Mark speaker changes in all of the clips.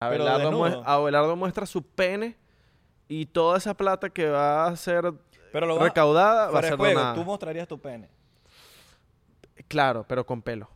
Speaker 1: Pero
Speaker 2: Abelardo, mue-
Speaker 1: desnudo.
Speaker 2: Abelardo muestra su pene y toda esa plata que va a ser
Speaker 1: Pero lo va-
Speaker 2: recaudada va a
Speaker 1: fuera de
Speaker 2: ser
Speaker 1: juego,
Speaker 2: donada.
Speaker 1: tú mostrarías tu pene.
Speaker 2: Claro, pero con pelo.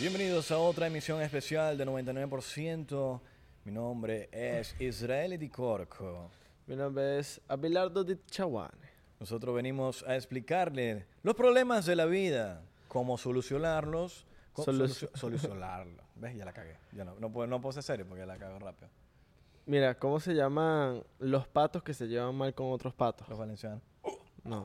Speaker 1: Bienvenidos a otra emisión especial de 99%. Mi nombre es Israel Di Corco.
Speaker 2: Mi nombre es Abelardo de Chawane.
Speaker 1: Nosotros venimos a explicarle los problemas de la vida, cómo solucionarlos. co-
Speaker 2: Solu-
Speaker 1: solucio- solucionarlo. ¿Ves? Ya la cagué. Ya no, no puedo, no puedo ser serio porque la cago rápido.
Speaker 2: Mira, ¿cómo se llaman los patos que se llevan mal con otros patos?
Speaker 1: Los valencianos.
Speaker 2: No.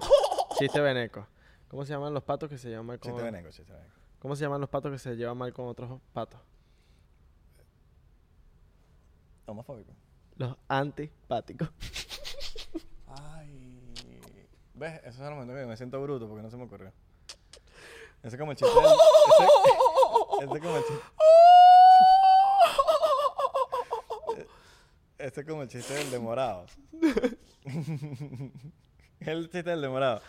Speaker 2: Chiste veneco. ¿Cómo se llaman los patos que se llevan mal con
Speaker 1: Chiste veneco, chiste veneco.
Speaker 2: ¿Cómo se llaman los patos que se llevan mal con otros patos?
Speaker 1: Homofóbico.
Speaker 2: Los antipáticos.
Speaker 1: Ay. ¿Ves? Eso es el momento que me siento bruto porque no se me ocurrió. Ese es como el chiste. del- Ese, ese es como el chiste. Este es como el chiste del demorado. el chiste del demorado.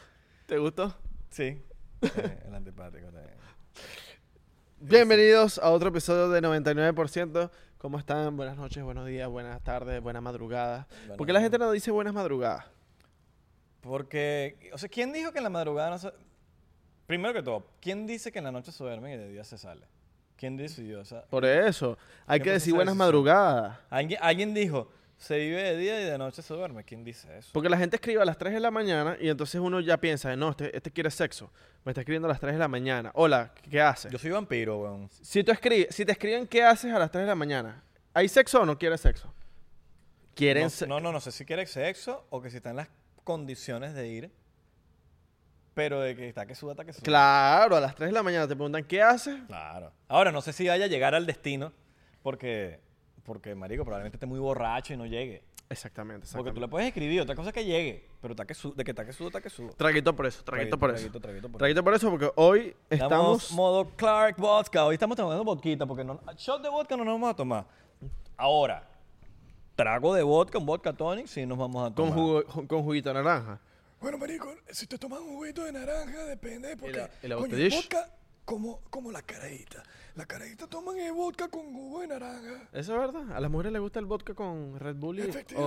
Speaker 2: ¿Te gustó?
Speaker 1: Sí. Eh, El antipático también.
Speaker 2: Bienvenidos a otro episodio de 99%. ¿Cómo están? Buenas noches, buenos días, buenas tardes, buenas madrugadas.
Speaker 1: Buenas
Speaker 2: ¿Por qué la gente
Speaker 1: noches.
Speaker 2: no dice buenas madrugadas?
Speaker 1: Porque, o sea, ¿quién dijo que en la madrugada no se... Primero que todo, ¿quién dice que en la noche se duerme y de día se sale? ¿Quién decidió? O sea,
Speaker 2: Por eso, hay
Speaker 1: ¿Qué
Speaker 2: que
Speaker 1: pasa
Speaker 2: decir
Speaker 1: esa
Speaker 2: buenas
Speaker 1: decisión?
Speaker 2: madrugadas.
Speaker 1: ¿alguien, alguien dijo, se vive de día y de noche se duerme. ¿Quién dice eso?
Speaker 2: Porque la gente escribe a las 3 de la mañana y entonces uno ya piensa, no, este, este quiere sexo. Me está escribiendo a las 3 de la mañana. Hola, ¿qué haces?
Speaker 1: Yo soy vampiro, weón.
Speaker 2: Si, tú escribes, si te escriben qué haces a las 3 de la mañana, ¿hay sexo o no quieres sexo? Quieren
Speaker 1: No,
Speaker 2: sexo.
Speaker 1: no, no, no sé si quiere sexo o que si está en las condiciones de ir, pero de que está que suda, está que suda.
Speaker 2: Claro, a las 3 de la mañana te preguntan qué haces.
Speaker 1: Claro. Ahora, no sé si vaya a llegar al destino, porque, porque marico, probablemente esté muy borracho y no llegue.
Speaker 2: Exactamente,
Speaker 1: Porque tú
Speaker 2: exactamente.
Speaker 1: le puedes escribir, otra cosa es que llegue, pero está que su- de que está que suda, está que suda.
Speaker 2: Traguito por eso, traguito, por eso.
Speaker 1: Traguito, traguito por
Speaker 2: Traguito por eso porque hoy
Speaker 1: Estamos
Speaker 2: estamos...
Speaker 1: modo Clark Vodka. Hoy estamos tomando vodka porque no, shot de vodka no nos vamos a tomar. Ahora, trago de vodka, un vodka tonic, sí nos vamos a
Speaker 2: con,
Speaker 1: tomar.
Speaker 2: jugo- ju- con juguito de naranja.
Speaker 3: Bueno, marico, si te tomas un juguito de naranja, depende, porque
Speaker 2: la- y la
Speaker 3: coño,
Speaker 2: botellita.
Speaker 3: vodka como, como la caradita. La caradita toman el vodka con jugo de naranja.
Speaker 2: Eso es verdad. A las mujeres les gusta el vodka con Red Bull y- o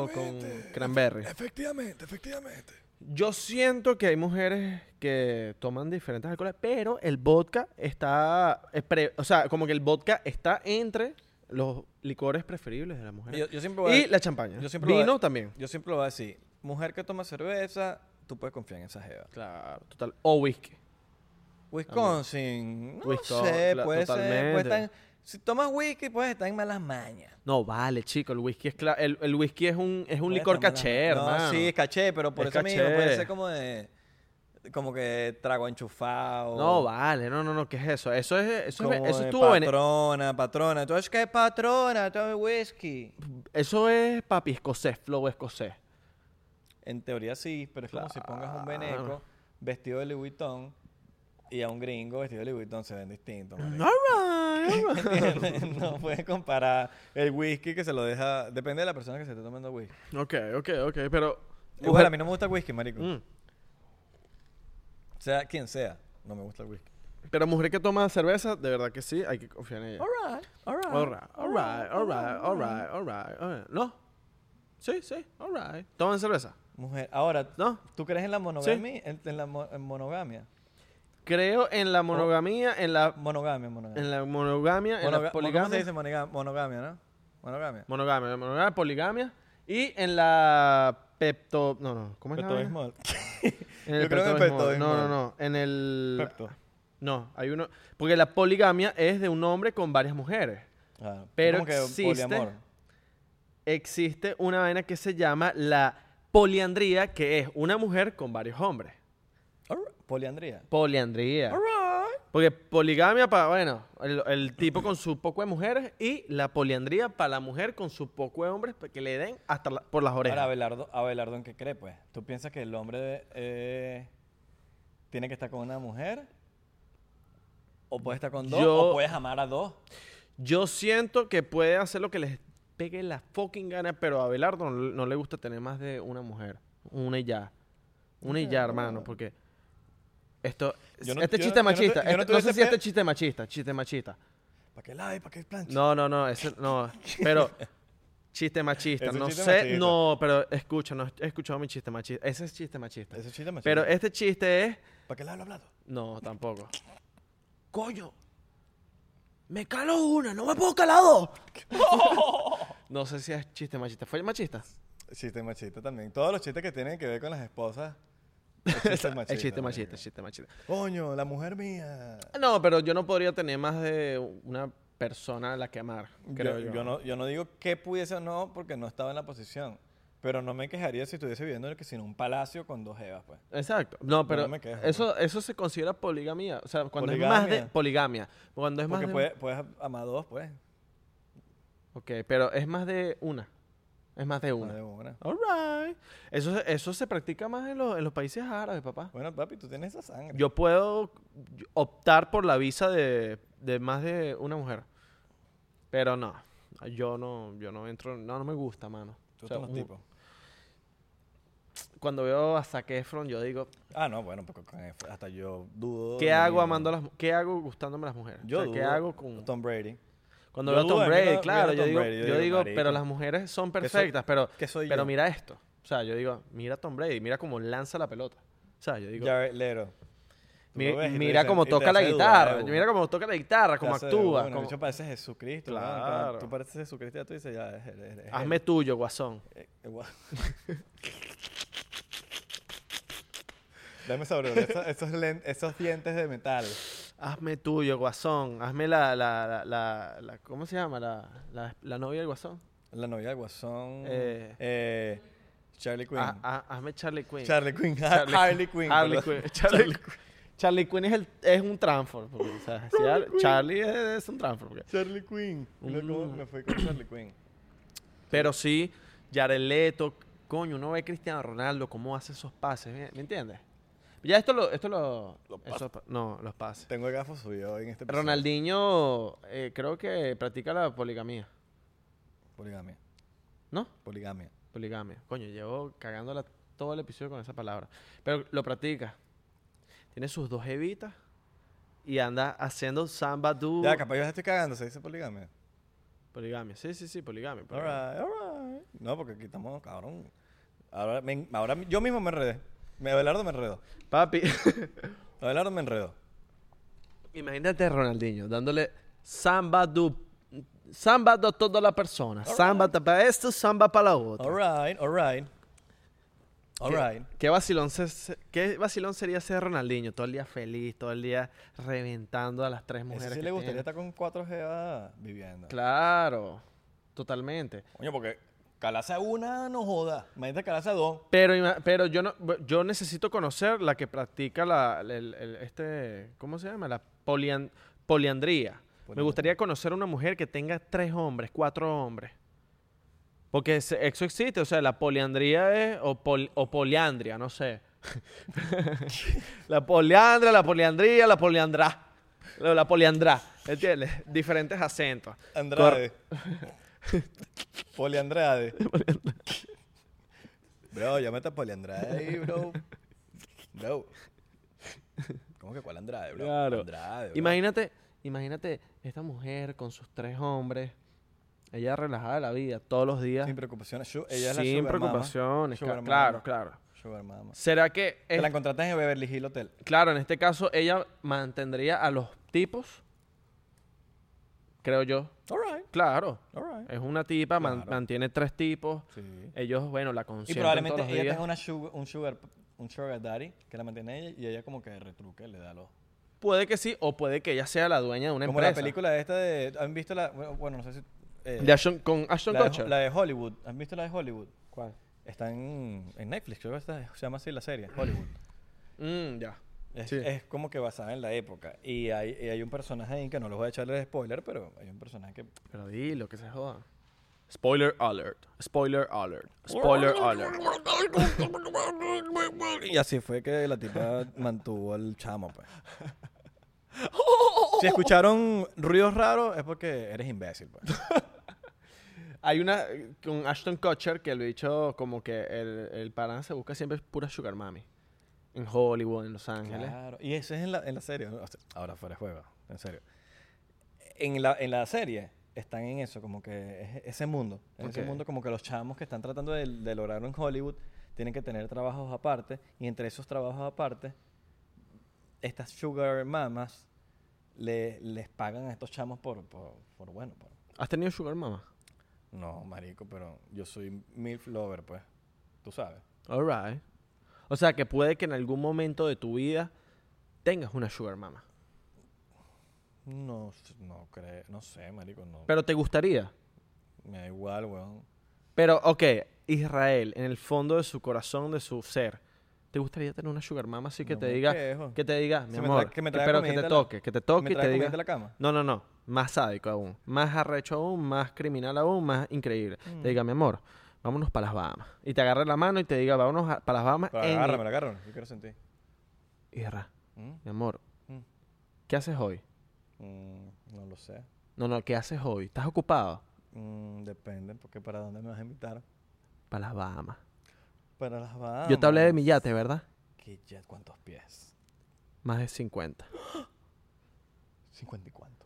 Speaker 2: con
Speaker 3: Efectivamente.
Speaker 2: cranberry.
Speaker 3: Efectivamente, efectivamente.
Speaker 2: Yo siento que hay mujeres que toman diferentes alcoholes, pero el vodka está... es pre- o sea, como que el vodka está entre los licores preferibles de las mujeres.
Speaker 1: Yo- yo siempre voy a-
Speaker 2: y la champaña.
Speaker 1: yo siempre voy a-
Speaker 2: Vino también.
Speaker 1: Yo siempre lo voy a decir, mujer que toma cerveza, tú puedes confiar en esa jeva.
Speaker 2: Claro, total. O whisky.
Speaker 1: Wisconsin, no
Speaker 2: Wisconsin,
Speaker 1: sé,
Speaker 2: cla-
Speaker 1: puede ser, puede
Speaker 2: totalmente.
Speaker 1: estar en- si tomas whisky, puedes estar en malas mañas.
Speaker 2: No, vale, chico. El whisky es, cla- el, el whisky es un, es un
Speaker 1: Puedes
Speaker 2: licor
Speaker 1: estar en malas
Speaker 2: caché,
Speaker 1: mañas. no,
Speaker 2: hermano.
Speaker 1: sí, es caché, pero por
Speaker 2: Es
Speaker 1: eso mismo
Speaker 2: caché.
Speaker 1: puede ser como de, como que trago enchufado.
Speaker 2: No, vale, no, no, no, ¿qué es eso? Eso es, eso, es,
Speaker 1: como
Speaker 2: eso
Speaker 1: de
Speaker 2: estuvo en-
Speaker 1: patrona, patrona. Tú es que es patrona, toma whisky.
Speaker 2: eso es papi escocés, flow escocés.
Speaker 1: En teoría sí, pero es como si pongas un
Speaker 2: Claro.
Speaker 1: veneco vestido de Louis Vuitton y a un gringo vestido de Louis Vuitton se ven distintos. marico.
Speaker 2: All right, all right.
Speaker 1: ¿Entiendes? no puedes comparar el whisky que se lo deja. Depende de la persona que se esté tomando whisky.
Speaker 2: ok, ok, ok, pero
Speaker 1: Igual, a mí no me gusta el whisky, marico.
Speaker 2: Mm.
Speaker 1: Sea quien sea, no me gusta el whisky.
Speaker 2: pero mujer que toma cerveza, de verdad que sí, hay que confiar en ella.
Speaker 1: Alright, alright.
Speaker 2: All right, all right, all right, all right, all right, all right. ¿No? Sí, sí, all right. ¿Toman cerveza?
Speaker 1: Mujer, ahora,
Speaker 2: ¿No?
Speaker 1: ¿tú crees en la monogamia? En, en la mo- en monogamia.
Speaker 2: Creo en la monogamia, en la
Speaker 1: Monogamia, monogamia.
Speaker 2: en la monogamia, en la
Speaker 1: Monoga- ¿Cómo se
Speaker 2: poligamia.
Speaker 1: dice monoga- monogamia, no? Monogamia.
Speaker 2: Monogamia, monogamia, poligamia y en la pepto, no, no, ¿cómo es la vaina?
Speaker 1: Pepto-Bismol.
Speaker 2: En el
Speaker 1: Yo creo en el
Speaker 2: Pepto Bismol.
Speaker 1: Pepto
Speaker 2: No, no,
Speaker 1: Bismol.
Speaker 2: no. En el.
Speaker 1: Pepto.
Speaker 2: No, hay uno. Porque la poligamia es de un hombre con varias mujeres.
Speaker 1: Claro. Es
Speaker 2: Pero
Speaker 1: como que
Speaker 2: existe-
Speaker 1: poliamor.
Speaker 2: Existe una vaina que se llama la poliandría, que es una mujer con varios hombres.
Speaker 1: Alright. Poliandría.
Speaker 2: Poliandría.
Speaker 1: Alright.
Speaker 2: Porque poligamia para, bueno, el, el tipo con su poco de mujeres y la poliandría para la mujer con su poco de hombres que le den hasta la- por las
Speaker 1: Ahora,
Speaker 2: orejas.
Speaker 1: Abelardo, Abelardo, ¿en qué cree, pues? ¿Tú piensas que el hombre eh, tiene que estar con una mujer? ¿O puede estar con dos?
Speaker 2: Yo-
Speaker 1: ¿O puedes amar a dos?
Speaker 2: Yo siento que puede hacer lo que les pegue la fucking gana, pero a Abelardo no, no le gusta tener más de una mujer. Una y ya. Una y ya, hermano, porque Esto,
Speaker 1: Yo no-
Speaker 2: este
Speaker 1: yo-
Speaker 2: chiste
Speaker 1: yo no te-
Speaker 2: machista.
Speaker 1: yo no
Speaker 2: este- no sé
Speaker 1: tuviese
Speaker 2: si este
Speaker 1: pe-
Speaker 2: es chiste machista, chiste machista.
Speaker 3: ¿Para qué lave? ¿Para qué plancha?
Speaker 2: No, no, no, ese no. Pero chiste machista,
Speaker 1: Ese es
Speaker 2: no
Speaker 1: chiste
Speaker 2: sé,
Speaker 1: machista.
Speaker 2: no, pero escucha, no he escuchado mi chiste machista. Ese es chiste machista.
Speaker 1: Ese chiste machista.
Speaker 2: Pero este chiste es
Speaker 3: ¿Para qué lave lo hablado?
Speaker 2: no, tampoco.
Speaker 3: Coño. Me calo una, no me puedo calado.
Speaker 2: No sé si es chiste machista. ¿Fue machista?
Speaker 1: Chiste machista también. Todos los chistes que tienen que ver con las esposas. Es chiste machista.
Speaker 2: es chiste
Speaker 1: marico.
Speaker 2: machista, es chiste machista.
Speaker 1: Coño, la mujer mía.
Speaker 2: No, pero yo no podría tener más de una persona a la que amar, creo
Speaker 1: yo,
Speaker 2: yo.
Speaker 1: yo no, yo no digo que pudiese o no porque no estaba en la posición. Pero no me quejaría si estuviese viviendo en el que sino un palacio con dos jevas, pues.
Speaker 2: Exacto. No, pero
Speaker 1: no me quejo,
Speaker 2: eso, eso se considera poligamia. O sea, cuando es más de
Speaker 1: Poligamia.
Speaker 2: poligamia. Cuando es más
Speaker 1: Porque
Speaker 2: de-
Speaker 1: puede- puedes amar dos, pues.
Speaker 2: Ok, pero es más de una. Es más de
Speaker 1: Más
Speaker 2: una.
Speaker 1: de una.
Speaker 2: All right. Eso, se- eso se practica más en, los- en los países árabes, papá.
Speaker 1: Bueno, papi, tú tienes esa sangre.
Speaker 2: Yo puedo optar por la visa de, de más de una mujer. Pero no. Yo no, yo no entro. No, no me gusta, mano.
Speaker 1: Tú
Speaker 2: O sea,
Speaker 1: estás los
Speaker 2: un-
Speaker 1: tipos.
Speaker 2: Cuando veo a Zac Efron, yo digo,
Speaker 1: Ah, no, bueno, porque con- hasta yo dudo.
Speaker 2: ¿qué
Speaker 1: de-
Speaker 2: hago amando a las mu- ¿Qué hago gustándome las mujeres?
Speaker 1: Yo
Speaker 2: O sea, ¿Qué
Speaker 1: dudo
Speaker 2: hago con.
Speaker 1: Tom Brady.
Speaker 2: Cuando
Speaker 1: yo
Speaker 2: veo a Tom
Speaker 1: dudo de mí
Speaker 2: Brady,
Speaker 1: cuando-
Speaker 2: claro,
Speaker 1: viendo
Speaker 2: yo
Speaker 1: a Tom
Speaker 2: digo,
Speaker 1: Brady, yo
Speaker 2: yo
Speaker 1: digo,
Speaker 2: digo,
Speaker 1: "Marico,
Speaker 2: pero las mujeres son
Speaker 1: soy-
Speaker 2: perfectas, pero,
Speaker 1: qué soy
Speaker 2: pero
Speaker 1: yo?"
Speaker 2: mira esto. O sea, yo digo, mira a Tom Brady, mira cómo lanza la pelota. O sea, yo digo,
Speaker 1: Jared Leto. Tú
Speaker 2: Mi-
Speaker 1: lo ves y te
Speaker 2: mira
Speaker 1: dice-
Speaker 2: cómo
Speaker 1: y te
Speaker 2: toca la
Speaker 1: hace dudar de
Speaker 2: guitarra,
Speaker 1: una.
Speaker 2: mira cómo toca la guitarra, cómo
Speaker 1: Te hace de
Speaker 2: actúa.
Speaker 1: una,
Speaker 2: cómo-
Speaker 1: bicho, pareces Jesucristo. ¿no?
Speaker 2: Claro.
Speaker 1: Cuando Tú pareces Jesucristo y tú dices, ya, eres- eres- eres-
Speaker 2: Hazme tuyo, guasón.
Speaker 1: eh, eh, guau. Dame sobre esos, esos, len- esos dientes de metal.
Speaker 2: Hazme tuyo, guasón. Hazme la, la, la, la- la- ¿cómo se llama? La, la, la novia del guasón.
Speaker 1: La novia del guasón.
Speaker 2: Eh.
Speaker 1: eh, Charlie Quinn.
Speaker 2: Ha- ha- Ah, hazme Charlie Quinn.
Speaker 1: Charlie Quinn. Har-
Speaker 2: Charlie-
Speaker 1: Harley Quinn.
Speaker 2: Harley
Speaker 1: perdón.
Speaker 2: Quinn. Charlie, Charlie Quinn es, el, es un transform. porque, o sea, si Har- Charlie es, es un transform. porque-
Speaker 1: Charlie Quinn. Mira cómo
Speaker 2: Mm.
Speaker 1: me fui con Charlie Quinn.
Speaker 2: Pero sí, Jared Leto, coño, uno ve a Cristiano Ronaldo, cómo hace esos pases, ¿me, me entiendes? Ya esto lo... Esto lo esos pa- no, los pases.
Speaker 1: Tengo el gafo subido hoy en este episodio.
Speaker 2: Ronaldinho eh, creo que practica la poligamia,
Speaker 1: Poligamia.
Speaker 2: ¿no?
Speaker 1: Poligamia.
Speaker 2: Poligamia. Coño, llevo cagándola todo el episodio con esa palabra. Pero lo practica. Tiene sus dos evitas y anda haciendo samba du...
Speaker 1: Ya, capaz yo ya estoy cagando, se dice poligamia.
Speaker 2: Poligamia. Sí, sí, sí, poligamia. poligamia.
Speaker 1: Alright, alright. No, porque aquí estamos, cabrón. Ahora, me- ahora yo mismo me enredé. Me, Abelardo me enredó.
Speaker 2: Papi,
Speaker 1: Abelardo me enredó.
Speaker 2: imagínate a Ronaldinho dándole samba du... Samba de toda la persona. Samba para esto, samba para la otra.
Speaker 1: Alright, alright.
Speaker 2: ¿Qué-
Speaker 1: Alright.
Speaker 2: ¿Qué vacilón, se- se- qué vacilón sería ser Ronaldinho? Todo el día feliz, todo el día reventando a las tres mujeres.
Speaker 1: Ese sí
Speaker 2: que
Speaker 1: le gustaría
Speaker 2: tiene.
Speaker 1: estar con cuatro G viviendo.
Speaker 2: Claro, totalmente.
Speaker 1: Coño, porque calaza una no joda. Imagínate calaza dos.
Speaker 2: Pero, ima- pero yo no, yo necesito conocer la que practica la, el- el- este, ¿cómo se llama? La polian- poliandría. Me
Speaker 1: Poliandría.
Speaker 2: gustaría conocer una mujer que tenga tres hombres, cuatro hombres. Porque ese- eso existe, o sea, la poliandría es, o, pol- o poliandria, no sé. la poliandra, la poliandría, la poliandra. La la poliandra, ¿entiendes? Diferentes acentos.
Speaker 1: Andrade. Poli Andrade. bro, llámate a Poli Andrade ahí, bro. Bro. ¿Cómo que cuál Andrade, bro?
Speaker 2: Claro.
Speaker 1: Andrade, bro.
Speaker 2: Imagínate, imagínate esta mujer con sus tres hombres, ella relajada de la vida todos los días,
Speaker 1: Sin
Speaker 2: sin,
Speaker 1: preocupaciones. Shu- ella es la sugar mama.
Speaker 2: preocupaciones. ca-
Speaker 1: Sugar mama.
Speaker 2: Claro, claro.
Speaker 1: Sugar mama.
Speaker 2: ¿Será que,
Speaker 1: Te
Speaker 2: es-
Speaker 1: la contratas en Beverly Hill Hotel.
Speaker 2: claro, en este caso ella mantendría a los tipos? Creo yo.
Speaker 1: Alright,
Speaker 2: Claro,
Speaker 1: alright.
Speaker 2: es una tipa, man-
Speaker 1: Claro.
Speaker 2: mantiene tres tipos.
Speaker 1: Sí.
Speaker 2: Ellos, bueno, la
Speaker 1: Y
Speaker 2: consienten
Speaker 1: probablemente
Speaker 2: todos los
Speaker 1: ella
Speaker 2: días.
Speaker 1: tenga una sugar, un sugar, un sugar daddy que la mantiene ella y ella como que retruque, le da los
Speaker 2: Puede que sí o puede que ella sea la dueña de una
Speaker 1: Como
Speaker 2: empresa.
Speaker 1: la película esta de. ¿Han visto la.? Bueno, bueno, no sé si. eh,
Speaker 2: de Ashton- con Ashton
Speaker 1: la, de,
Speaker 2: Kutcher.
Speaker 1: la de Hollywood. ¿Han visto la de Hollywood?
Speaker 2: ¿Cuál?
Speaker 1: Está en, en Netflix, creo que está- se llama así la serie, Hollywood.
Speaker 2: Mm, ya.
Speaker 1: Es,
Speaker 2: Sí.
Speaker 1: es como que basada en la época. Y hay, y hay un personaje ahí que no les voy a echarle spoiler, pero hay un personaje que.
Speaker 2: Pero dilo, que se joda. Spoiler alert. Spoiler alert. Spoiler alert.
Speaker 1: Y así fue que la tipa mantuvo al chamo, pues. Si escucharon ruidos raros es porque eres imbécil, pues.
Speaker 2: Hay una eh, con Ashton Kutcher que lo he dicho como que el, el pana se busca siempre pura sugar mami. en Hollywood, en Los Ángeles.
Speaker 1: Claro. Y eso es en la, en la serie. ¿no? O sea, ahora fuera de juego, en serio. En la, en la serie están en eso, como que es ese mundo. En ese
Speaker 2: Ok.
Speaker 1: mundo como que los chamos que están tratando de, de lograrlo en Hollywood tienen que tener trabajos aparte. Y entre esos trabajos aparte, estas sugar mamas le- les pagan a estos chamos por, por, por, bueno, por...
Speaker 2: ¿Has tenido Sugar Mama?
Speaker 1: No, marico, pero yo soy milf lover, pues. Tú sabes.
Speaker 2: Alright. O sea, que puede que en algún momento de tu vida tengas una Sugar Mama.
Speaker 1: No, s- no creo, no sé, marico, no.
Speaker 2: Pero te gustaría.
Speaker 1: Me da igual, weón.
Speaker 2: Pero, ok, Israel, en el fondo de su corazón, de su ser, ¿te gustaría tener una Sugar Mama así que
Speaker 1: No
Speaker 2: te
Speaker 1: me
Speaker 2: diga,
Speaker 1: quejo.
Speaker 2: que te diga, mi
Speaker 1: Si me
Speaker 2: amor,
Speaker 1: trae- que me traiga
Speaker 2: pero que te
Speaker 1: comidita a la-
Speaker 2: toque, que te
Speaker 1: ¿Me
Speaker 2: toque y
Speaker 1: traes
Speaker 2: te
Speaker 1: comida
Speaker 2: diga, Ah,
Speaker 1: de la cama?
Speaker 2: No, no, no. Más sádico aún. Más arrecho aún. Más criminal aún. Más increíble.
Speaker 1: Mm.
Speaker 2: Te diga, mi amor, vámonos para las Bahamas. Y te agarre la mano y te diga, vámonos a- para las Bahamas.
Speaker 1: Pero
Speaker 2: en-
Speaker 1: Pues agárrame, agárrame. Yo quiero sentir.
Speaker 2: Irra,
Speaker 1: ¿Mm?
Speaker 2: mi amor,
Speaker 1: Mm.
Speaker 2: ¿qué haces hoy?
Speaker 1: Mm, no lo sé.
Speaker 2: No, no, ¿qué haces hoy? ¿Estás ocupado?
Speaker 1: Mm, depende, porque ¿para dónde me vas a invitar?
Speaker 2: Para las Bahamas.
Speaker 1: Para las Bahamas.
Speaker 2: Yo te hablé de mi yate, ¿verdad?
Speaker 1: ¿Qué jet? ¿Cuántos pies?
Speaker 2: Más de 50.
Speaker 1: ¿Cincuenta y cuánto?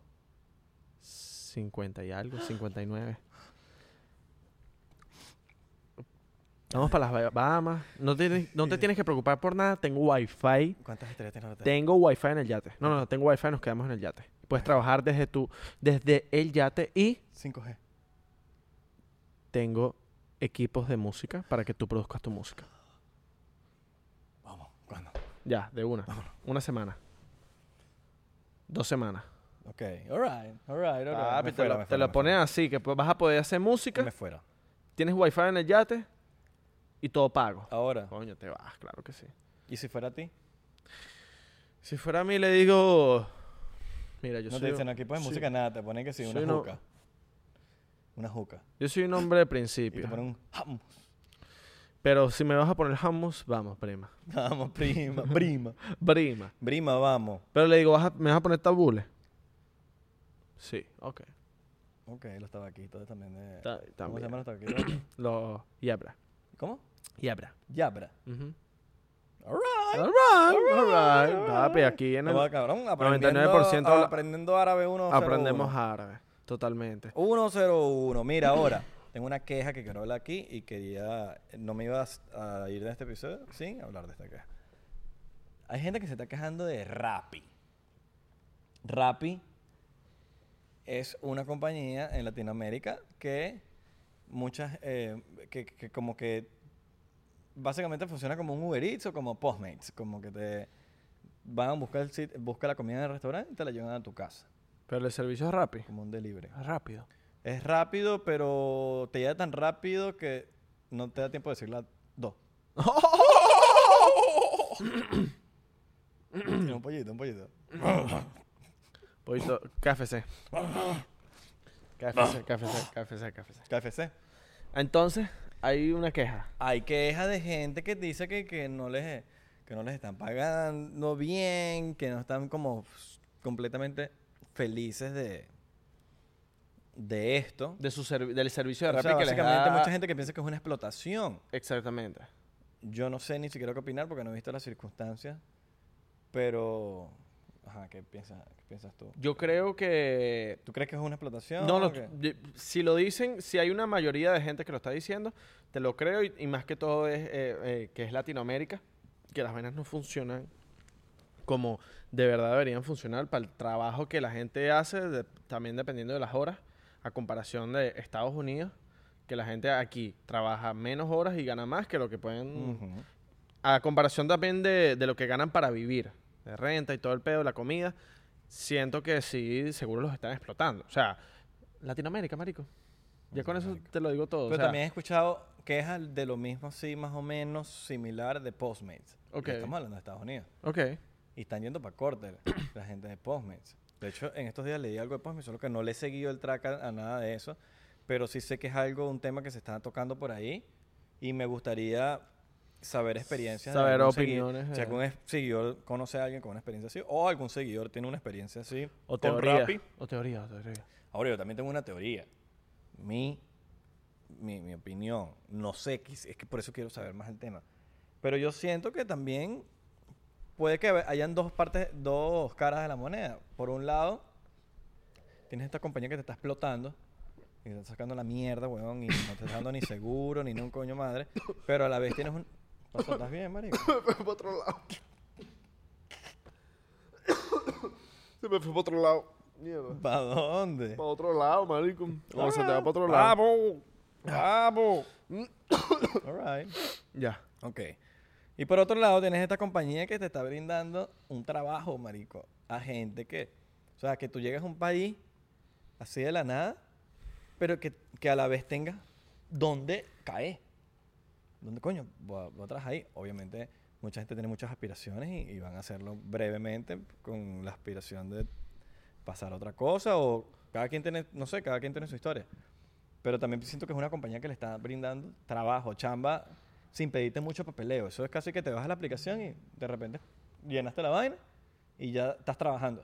Speaker 2: 50 y algo, 59. Vamos para las Ba- Bahamas. No, tienes- no te tienes que preocupar por nada. Tengo wifi.
Speaker 1: ¿Cuántas estrellas tienes ahorita?
Speaker 2: Tengo wifi en el yate. No, no, no, tengo wifi, nos quedamos en el yate.
Speaker 1: Ah.
Speaker 2: Puedes trabajar desde tu, desde el yate y
Speaker 1: 5G.
Speaker 2: tengo equipos de música para que tú produzcas tu música.
Speaker 1: Vamos, ¿cuándo?
Speaker 2: Ya, de una. Una semana. Dos semanas.
Speaker 1: Ok, alright, alright, alright.
Speaker 2: Ah, Papi,
Speaker 1: Me
Speaker 2: te
Speaker 1: fuera,
Speaker 2: lo,
Speaker 1: me
Speaker 2: te
Speaker 1: fuera,
Speaker 2: lo
Speaker 1: me
Speaker 2: pones
Speaker 1: fuera.
Speaker 2: así, que pues vas a poder hacer música,
Speaker 1: Me fuera.
Speaker 2: tienes wifi en el yate y todo pago.
Speaker 1: Ahora,
Speaker 2: Coño, te vas, claro que sí.
Speaker 1: ¿y si fuera a ti?
Speaker 2: Si fuera a mí le digo... Mira, yo
Speaker 1: no te
Speaker 2: soy...
Speaker 1: dicen aquí pones
Speaker 2: sí.
Speaker 1: música, nada, te ponen que sí, una
Speaker 2: Soy uno-
Speaker 1: juca. Una juca.
Speaker 2: Yo soy un hombre de
Speaker 1: Y
Speaker 2: principio.
Speaker 1: te ponen un jam.
Speaker 2: Pero si me vas a poner hummus, vamos, prima.
Speaker 1: Vamos, prima, prima.
Speaker 2: Prima.
Speaker 1: Prima, vamos.
Speaker 2: Pero le digo, ¿vas a- ¿me vas a poner tabules? Sí, ok.
Speaker 1: Ok, los tabaquitos también eh, de...
Speaker 2: Ta-
Speaker 1: ¿Cómo se
Speaker 2: también.
Speaker 1: llaman los tabaquitos?
Speaker 2: Lo yabra.
Speaker 1: ¿Cómo?
Speaker 2: Yabra.
Speaker 1: Yabra.
Speaker 2: Ujú.
Speaker 1: Alright.
Speaker 2: All right, all right. Papi, aquí en el-
Speaker 1: Joda, cabrón,
Speaker 2: 99%
Speaker 1: aprendiendo-
Speaker 2: habla-
Speaker 1: aprendiendo árabe 101.
Speaker 2: aprendemos árabe. Totalmente.
Speaker 1: 101. Mira, ahora tengo una queja que quiero hablar aquí y quería no me iba a, a ir de este episodio sin hablar de esta queja. Hay gente que se está quejando de Rappi. Rappi es una compañía en Latinoamérica que muchas eh, que, que como que básicamente funciona como un Uber Eats o como Postmates, como que te van a buscar el sit- busca la comida en el restaurante y te la llevan a tu casa,
Speaker 2: Pero el servicio es rápido.
Speaker 1: como un delivery.
Speaker 2: Rápido.
Speaker 1: Es rápido, pero te llega tan rápido que no te da tiempo de decir la dos. Tiene un pollito, un pollito.
Speaker 2: Poquito. KFC. KFC, KFC, KFC, KFC.
Speaker 1: KFC.
Speaker 2: Entonces, hay una queja.
Speaker 1: Hay quejas de gente que dice que, que no les que no les están pagando bien, que no están como completamente felices de de esto.
Speaker 2: De su servi- del servicio de
Speaker 1: O
Speaker 2: rápido
Speaker 1: sea,
Speaker 2: que les
Speaker 1: básicamente
Speaker 2: da-
Speaker 1: mucha gente que piensa que es una explotación.
Speaker 2: Exactamente.
Speaker 1: Yo no sé ni siquiera qué opinar porque no he visto las circunstancias, pero ajá, ¿qué piensas, qué piensas tú?
Speaker 2: Yo creo que
Speaker 1: ¿Tú crees que es una explotación?
Speaker 2: No,
Speaker 1: o
Speaker 2: lo-
Speaker 1: qué?
Speaker 2: de- si lo dicen, si hay una mayoría de gente que lo está diciendo, te lo creo y, y más que todo es eh, eh, que es Latinoamérica, que las venas no funcionan como de verdad deberían funcionar para el trabajo que la gente hace, de- también dependiendo de las horas, a comparación de Estados Unidos, que la gente aquí trabaja menos horas y gana más que lo que pueden
Speaker 1: Ujú.
Speaker 2: a comparación también de, de lo que ganan para vivir, de renta y todo el pedo, la comida, siento que sí, seguro los están explotando. O sea, Latinoamérica, marico. Ya con eso te lo digo todo. o
Speaker 1: Pero
Speaker 2: sea,
Speaker 1: también he escuchado quejas de lo mismo así, más o menos similar de Postmates. Y
Speaker 2: Ok.
Speaker 1: Estamos hablando de Estados Unidos.
Speaker 2: Ok.
Speaker 1: Y están yendo para corte la- la gente de Postmates. De hecho, en estos días leí algo de Postmates, solo que no le he seguido el track a, a nada de eso. Pero sí sé que es algo, un tema que se está tocando por ahí. Y me gustaría saber experiencias. de
Speaker 2: Saber
Speaker 1: algún segui-
Speaker 2: opiniones eh. de-
Speaker 1: Si algún es- seguidor conoce a alguien con una experiencia así, o algún seguidor tiene una experiencia así.
Speaker 2: O
Speaker 1: con
Speaker 2: teoría.
Speaker 1: Rappi.
Speaker 2: O teoría, o teoría.
Speaker 1: Ahora, yo también tengo una teoría. Mi, mi, mi opinión, no sé, quiz- es que por eso quiero saber más el tema. Pero yo siento que también puede que hayan dos partes, dos caras de la moneda. Por un lado, tienes esta compañía que te está explotando y te está sacando la mierda, weón, y no te está dando ni seguro, ni, ni un coño madre. Pero a la vez tienes un. Pasó, ¿Estás bien, marico?
Speaker 2: me fue para otro lado. Se me fue para otro lado. Mierda.
Speaker 1: ¿Para dónde?
Speaker 2: Para otro lado, marico. O se te va para otro lado.
Speaker 3: ¡Bravo! ¡Bravo!
Speaker 1: All right.
Speaker 2: Ya.
Speaker 1: Ok. Y por otro lado, tienes esta compañía que te está brindando un trabajo, marico, a gente que. O sea, que tú llegas a un país así de la nada, pero que, que a la vez tengas dónde caer. ¿Dónde coño? Voy a, voy a trabajar ahí. Obviamente, mucha gente tiene muchas aspiraciones y, y van a hacerlo brevemente con la aspiración de pasar a otra cosa o cada quien tiene, no sé, cada quien tiene su historia. Pero también siento que es una compañía que le está brindando trabajo, chamba, sin pedirte mucho papeleo. Eso es casi que te vas a la aplicación y de repente llenaste la vaina y ya estás trabajando.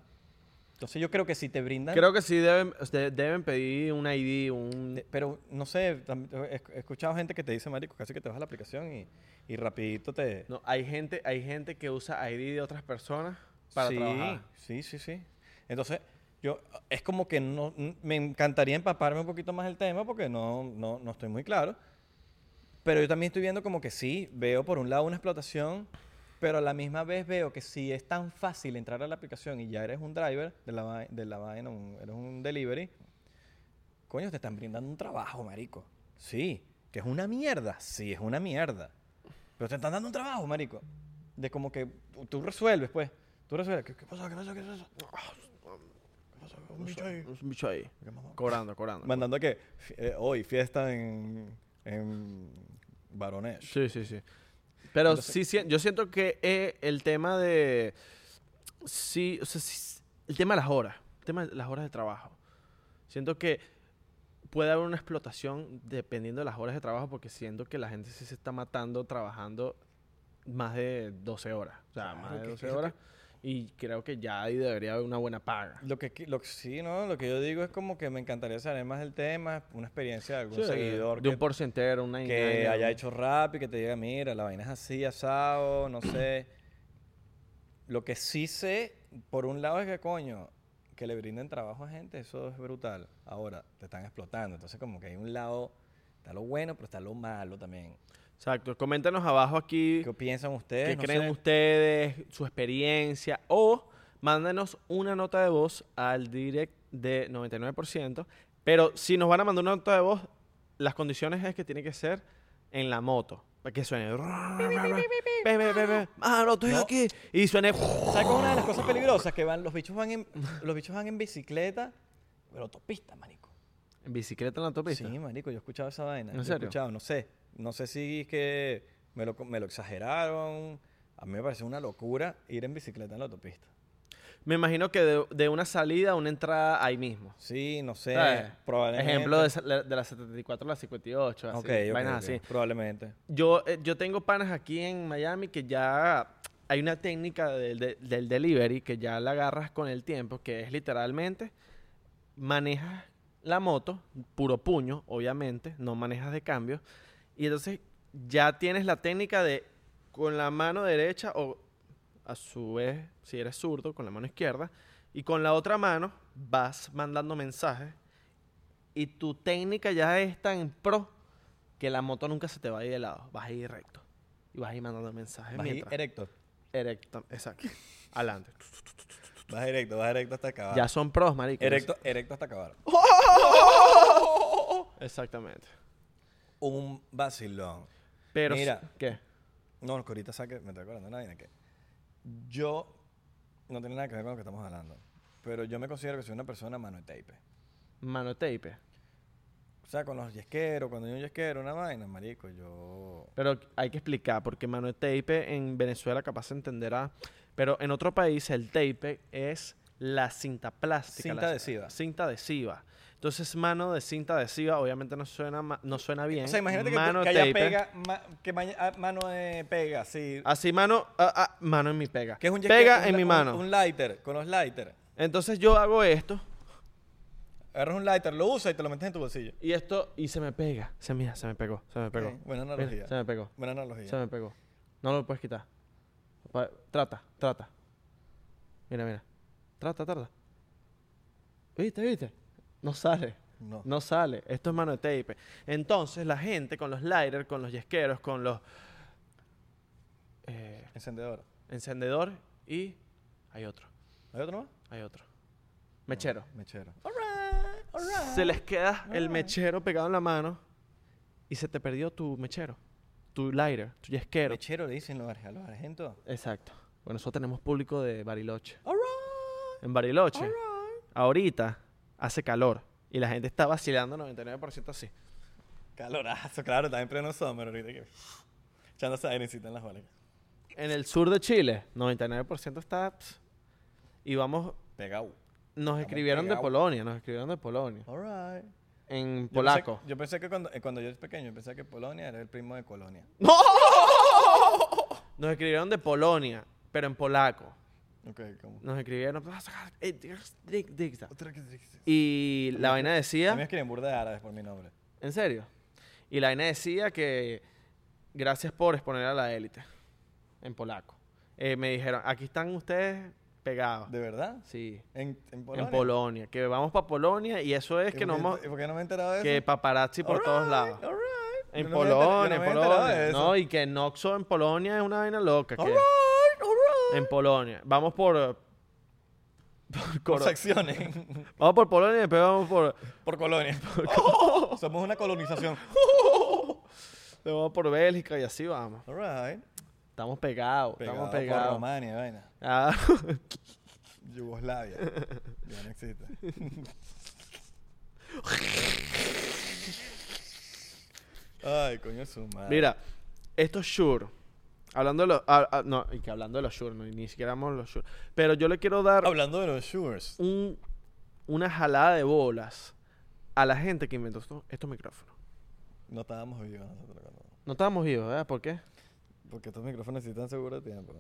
Speaker 1: Entonces yo creo que si te brindan...
Speaker 2: Creo que sí deben, de- deben pedir un ID, un...
Speaker 1: de- pero no sé, tam- he he escuchado gente que te dice, marico, casi que te vas a la aplicación y, y rapidito te...
Speaker 2: No, hay gente, hay gente que usa ID de otras personas para
Speaker 1: sí,
Speaker 2: trabajar.
Speaker 1: Sí, sí, sí. Entonces, yo es como que no n- me encantaría empaparme un poquito más el tema porque no, no, no estoy muy claro. Pero yo también estoy viendo como que sí, veo por un lado una explotación, pero a la misma vez veo que si es tan fácil entrar a la aplicación y ya eres un driver de la, vai- de la vaina, un- eres un delivery, coño, te están brindando un trabajo, marico. Sí, que es una mierda, sí, es una mierda. Pero te están dando un trabajo, marico. De como que tú- tú resuelves, pues. Tú resuelves. ¿Qué, qué pasó?
Speaker 3: ¿Qué pasa? ¿Qué pasa? ¿Qué pasa? Un bicho ahí.
Speaker 2: Un bicho ahí.
Speaker 3: ¿Qué mamá?
Speaker 2: Cobrando, cobrando.
Speaker 1: Mandando que fi- eh, hoy fiesta en, en Barones.
Speaker 2: Sí, sí, sí. Pero sí, sí, yo siento que eh, el tema de... Sí, o sea, sí, el tema de las horas, el tema de las horas de trabajo. Siento que puede haber una explotación dependiendo de las horas de trabajo porque siento que la gente sí se está matando trabajando más de 12 horas. O sea,
Speaker 1: Claro,
Speaker 2: más de
Speaker 1: que-
Speaker 2: 12
Speaker 1: que-
Speaker 2: horas. Y creo que ya ahí debería haber una buena paga.
Speaker 1: Lo que, qui- lo que sí, ¿no? Lo que yo digo es como que me encantaría saber más del tema, una experiencia de algún
Speaker 2: Sí,
Speaker 1: seguidor
Speaker 2: de
Speaker 1: que,
Speaker 2: un porcentero, una
Speaker 1: que haya hecho rap y que te diga, mira, la vaina es así, asado,
Speaker 2: Mm.
Speaker 1: no sé. Lo que sí sé, por un lado, es que, coño, que le brinden trabajo a gente, eso es brutal. Ahora, te están explotando. Entonces, como que hay un lado, está lo bueno, pero está lo malo también.
Speaker 2: Exacto. Coméntenos abajo aquí.
Speaker 1: ¿Qué piensan ustedes?
Speaker 2: ¿Qué
Speaker 1: No
Speaker 2: creen
Speaker 1: sé.
Speaker 2: ustedes? Su experiencia. O mándenos una nota de voz al direct de 99%. Pero si nos van a mandar una nota de voz, las condiciones es que tiene que ser en la moto. Para que suene. Ve, ve, ve, ve. Mano, Ah, estoy
Speaker 1: No.
Speaker 2: aquí. Y suene.
Speaker 1: ¿Sabes cuál es una de las cosas peligrosas? Que van, los bichos van en, los bichos van en bicicleta, pero autopista, manico.
Speaker 2: En bicicleta en la autopista.
Speaker 1: Pues Sí, marico, yo he escuchado esa vaina.
Speaker 2: ¿En
Speaker 1: Yo he
Speaker 2: serio?
Speaker 1: escuchado, no sé. No sé si es que me lo, me lo exageraron. A mí me pareció una locura ir en bicicleta en la autopista.
Speaker 2: Me imagino que de, de una salida a una entrada ahí mismo.
Speaker 1: Sí, no sé.
Speaker 2: ¿Sabes?
Speaker 1: Probablemente.
Speaker 2: Ah, Ejemplo de, esa- de la 74 a la 58. Así,
Speaker 1: Ok, ok,
Speaker 2: vainas
Speaker 1: ok,
Speaker 2: así.
Speaker 1: Probablemente.
Speaker 2: Yo, eh, yo tengo panas aquí en Miami que ya hay una técnica del, de- del delivery que ya la agarras con el tiempo, que es literalmente manejas la moto, puro puño, obviamente, no manejas de cambio, y entonces ya tienes la técnica de con la mano derecha o a su vez, si eres zurdo, con la mano izquierda, y con la otra mano vas mandando mensajes y tu técnica ya es tan pro que la moto nunca se te va a ir de lado. Vas a ir recto. Y vas a ir mandando mensajes
Speaker 1: Vas ahí
Speaker 2: mientras.
Speaker 1: erecto.
Speaker 2: Erecto. Exacto. Adelante.
Speaker 1: Vas erecto, vas erecto hasta acabar.
Speaker 2: Ya son pros, marico.
Speaker 1: Erecto, erecto hasta acabar.
Speaker 2: Exactamente.
Speaker 1: Un vacilón.
Speaker 2: Pero...
Speaker 1: Mira.
Speaker 2: ¿Qué?
Speaker 1: No, que ahorita saque, me estoy acordando de una vaina que yo no tiene nada que ver con lo que estamos hablando, pero yo me considero que soy una persona mano de tape.
Speaker 2: Manotape.
Speaker 1: O sea, con los yesqueros, cuando hay un yesquero, una vaina, marico, yo...
Speaker 2: Pero hay que explicar, porque manotape en Venezuela capaz se entenderá. Pero en otro país el tape es la cinta plástica.
Speaker 1: Cinta
Speaker 2: la-
Speaker 1: adhesiva.
Speaker 2: Cinta adhesiva. Entonces, mano de cinta adhesiva, obviamente no suena, ma- no suena bien.
Speaker 1: O sea, imagínate que,
Speaker 2: Eh, Mano
Speaker 1: que haya
Speaker 2: tape.
Speaker 1: pega, ma- que ma- ah, mano de pega, sí.
Speaker 2: Así, mano, ah, ah, mano en mi pega.
Speaker 1: que es un yesquero,
Speaker 2: pega
Speaker 1: un
Speaker 2: en
Speaker 1: la-
Speaker 2: mi
Speaker 1: un-
Speaker 2: mano.
Speaker 1: Un, lighter, con los lighters.
Speaker 2: Entonces yo hago esto
Speaker 1: Agarras un lighter, lo usas y te lo metes en tu bolsillo.
Speaker 2: y esto y se me pega. Se mira, se me pegó, se me pegó.
Speaker 1: Ok, buena
Speaker 2: Mira,
Speaker 1: analogía.
Speaker 2: se me pegó,
Speaker 1: Buena
Speaker 2: se
Speaker 1: analogía.
Speaker 2: me pegó. No lo puedes quitar. Pa- Trata, trata. Mira, mira. Trata, trata. ¿Viste, viste? No sale.
Speaker 1: No.
Speaker 2: No sale. Esto es mano de tape. Entonces, la gente con los lighters, con los yesqueros, con los. eh,
Speaker 1: Encendedor.
Speaker 2: encendedor y. Hay otro.
Speaker 1: ¿Hay otro más?
Speaker 2: Hay otro. Mechero.
Speaker 1: Mechero. All right, all right.
Speaker 2: Se les queda el
Speaker 1: Alright.
Speaker 2: mechero pegado en la mano y se te perdió tu mechero, tu lighter, tu yesquero.
Speaker 1: Mechero le dicen los, arge- a los argentos.
Speaker 2: Exacto. Bueno, nosotros tenemos público de Bariloche.
Speaker 1: All right,
Speaker 2: En Bariloche,
Speaker 1: all right.
Speaker 2: ahorita hace calor y la gente está vacilando 99% así.
Speaker 1: Calorazo, claro, también pleno summer ahorita que... Echándose airecita en las bolas.
Speaker 2: En el sur de Chile, 99% está... pss, y vamos...
Speaker 1: Pegao.
Speaker 2: Nos escribieron de
Speaker 1: pegado.
Speaker 2: Polonia, nos escribieron de Polonia.
Speaker 1: All right.
Speaker 2: En
Speaker 1: Yo pensé-
Speaker 2: polaco.
Speaker 1: Yo pensé, que cuando, eh, cuando yo era pequeño, yo pensé que Polonia era el primo de Colonia.
Speaker 2: Nos escribieron de Polonia, pero en polaco.
Speaker 1: Ok, como.
Speaker 2: Nos escribieron... Y la vaina
Speaker 1: A mí me
Speaker 2: decía...
Speaker 1: escriben burda de árabes por mi nombre.
Speaker 2: ¿En serio? Y la vaina decía que gracias por exponer a la élite en polaco. Eh, me dijeron, aquí están ustedes pegados.
Speaker 1: ¿De verdad?
Speaker 2: Sí.
Speaker 1: ¿En, en Polonia?
Speaker 2: Ah. En Polonia. Que vamos para Polonia y eso
Speaker 1: ¿Y
Speaker 2: es que
Speaker 1: por
Speaker 2: no
Speaker 1: qué-
Speaker 2: hemos...
Speaker 1: ¿Y por qué no me he enterado de eso?
Speaker 2: Que paparazzi por
Speaker 1: All
Speaker 2: todos
Speaker 1: right,
Speaker 2: lados.
Speaker 1: all right.
Speaker 2: En
Speaker 1: Yo no me he enter-
Speaker 2: Polonia, en
Speaker 1: yo no me he enterado de
Speaker 2: Polonia.
Speaker 1: eso.
Speaker 2: No, y que Noxo en Polonia es una vaina loca. que-
Speaker 1: All right, all right.
Speaker 2: En Polonia. Vamos por... eh, por
Speaker 1: Por
Speaker 2: Coro-
Speaker 1: secciones.
Speaker 2: vamos por Polonia y después vamos por...
Speaker 1: por Colonia. Somos una colonización.
Speaker 2: Vamos por Bélgica y así vamos.
Speaker 1: All right.
Speaker 2: Estamos pegados.
Speaker 1: Pegado
Speaker 2: estamos
Speaker 1: Por
Speaker 2: pegados.
Speaker 1: Romania, vaina.
Speaker 2: Ah,
Speaker 1: Yugoslavia. ya no existe. Ay, coño, su madre.
Speaker 2: Mira, estos Shure. Hablando de los. ah, ah, no, y que hablando de los Shure, no, ni siquiera hablamos de los Shure. Pero yo le quiero dar
Speaker 1: Hablando de los Shures.
Speaker 2: un, una jalada de bolas a la gente que inventó esto- estos micrófonos.
Speaker 1: No estábamos vivos nosotros cuando-
Speaker 2: No estábamos vivos, ¿verdad? ¿Por qué?
Speaker 1: Porque estos micrófonos necesitan seguro de tiempo.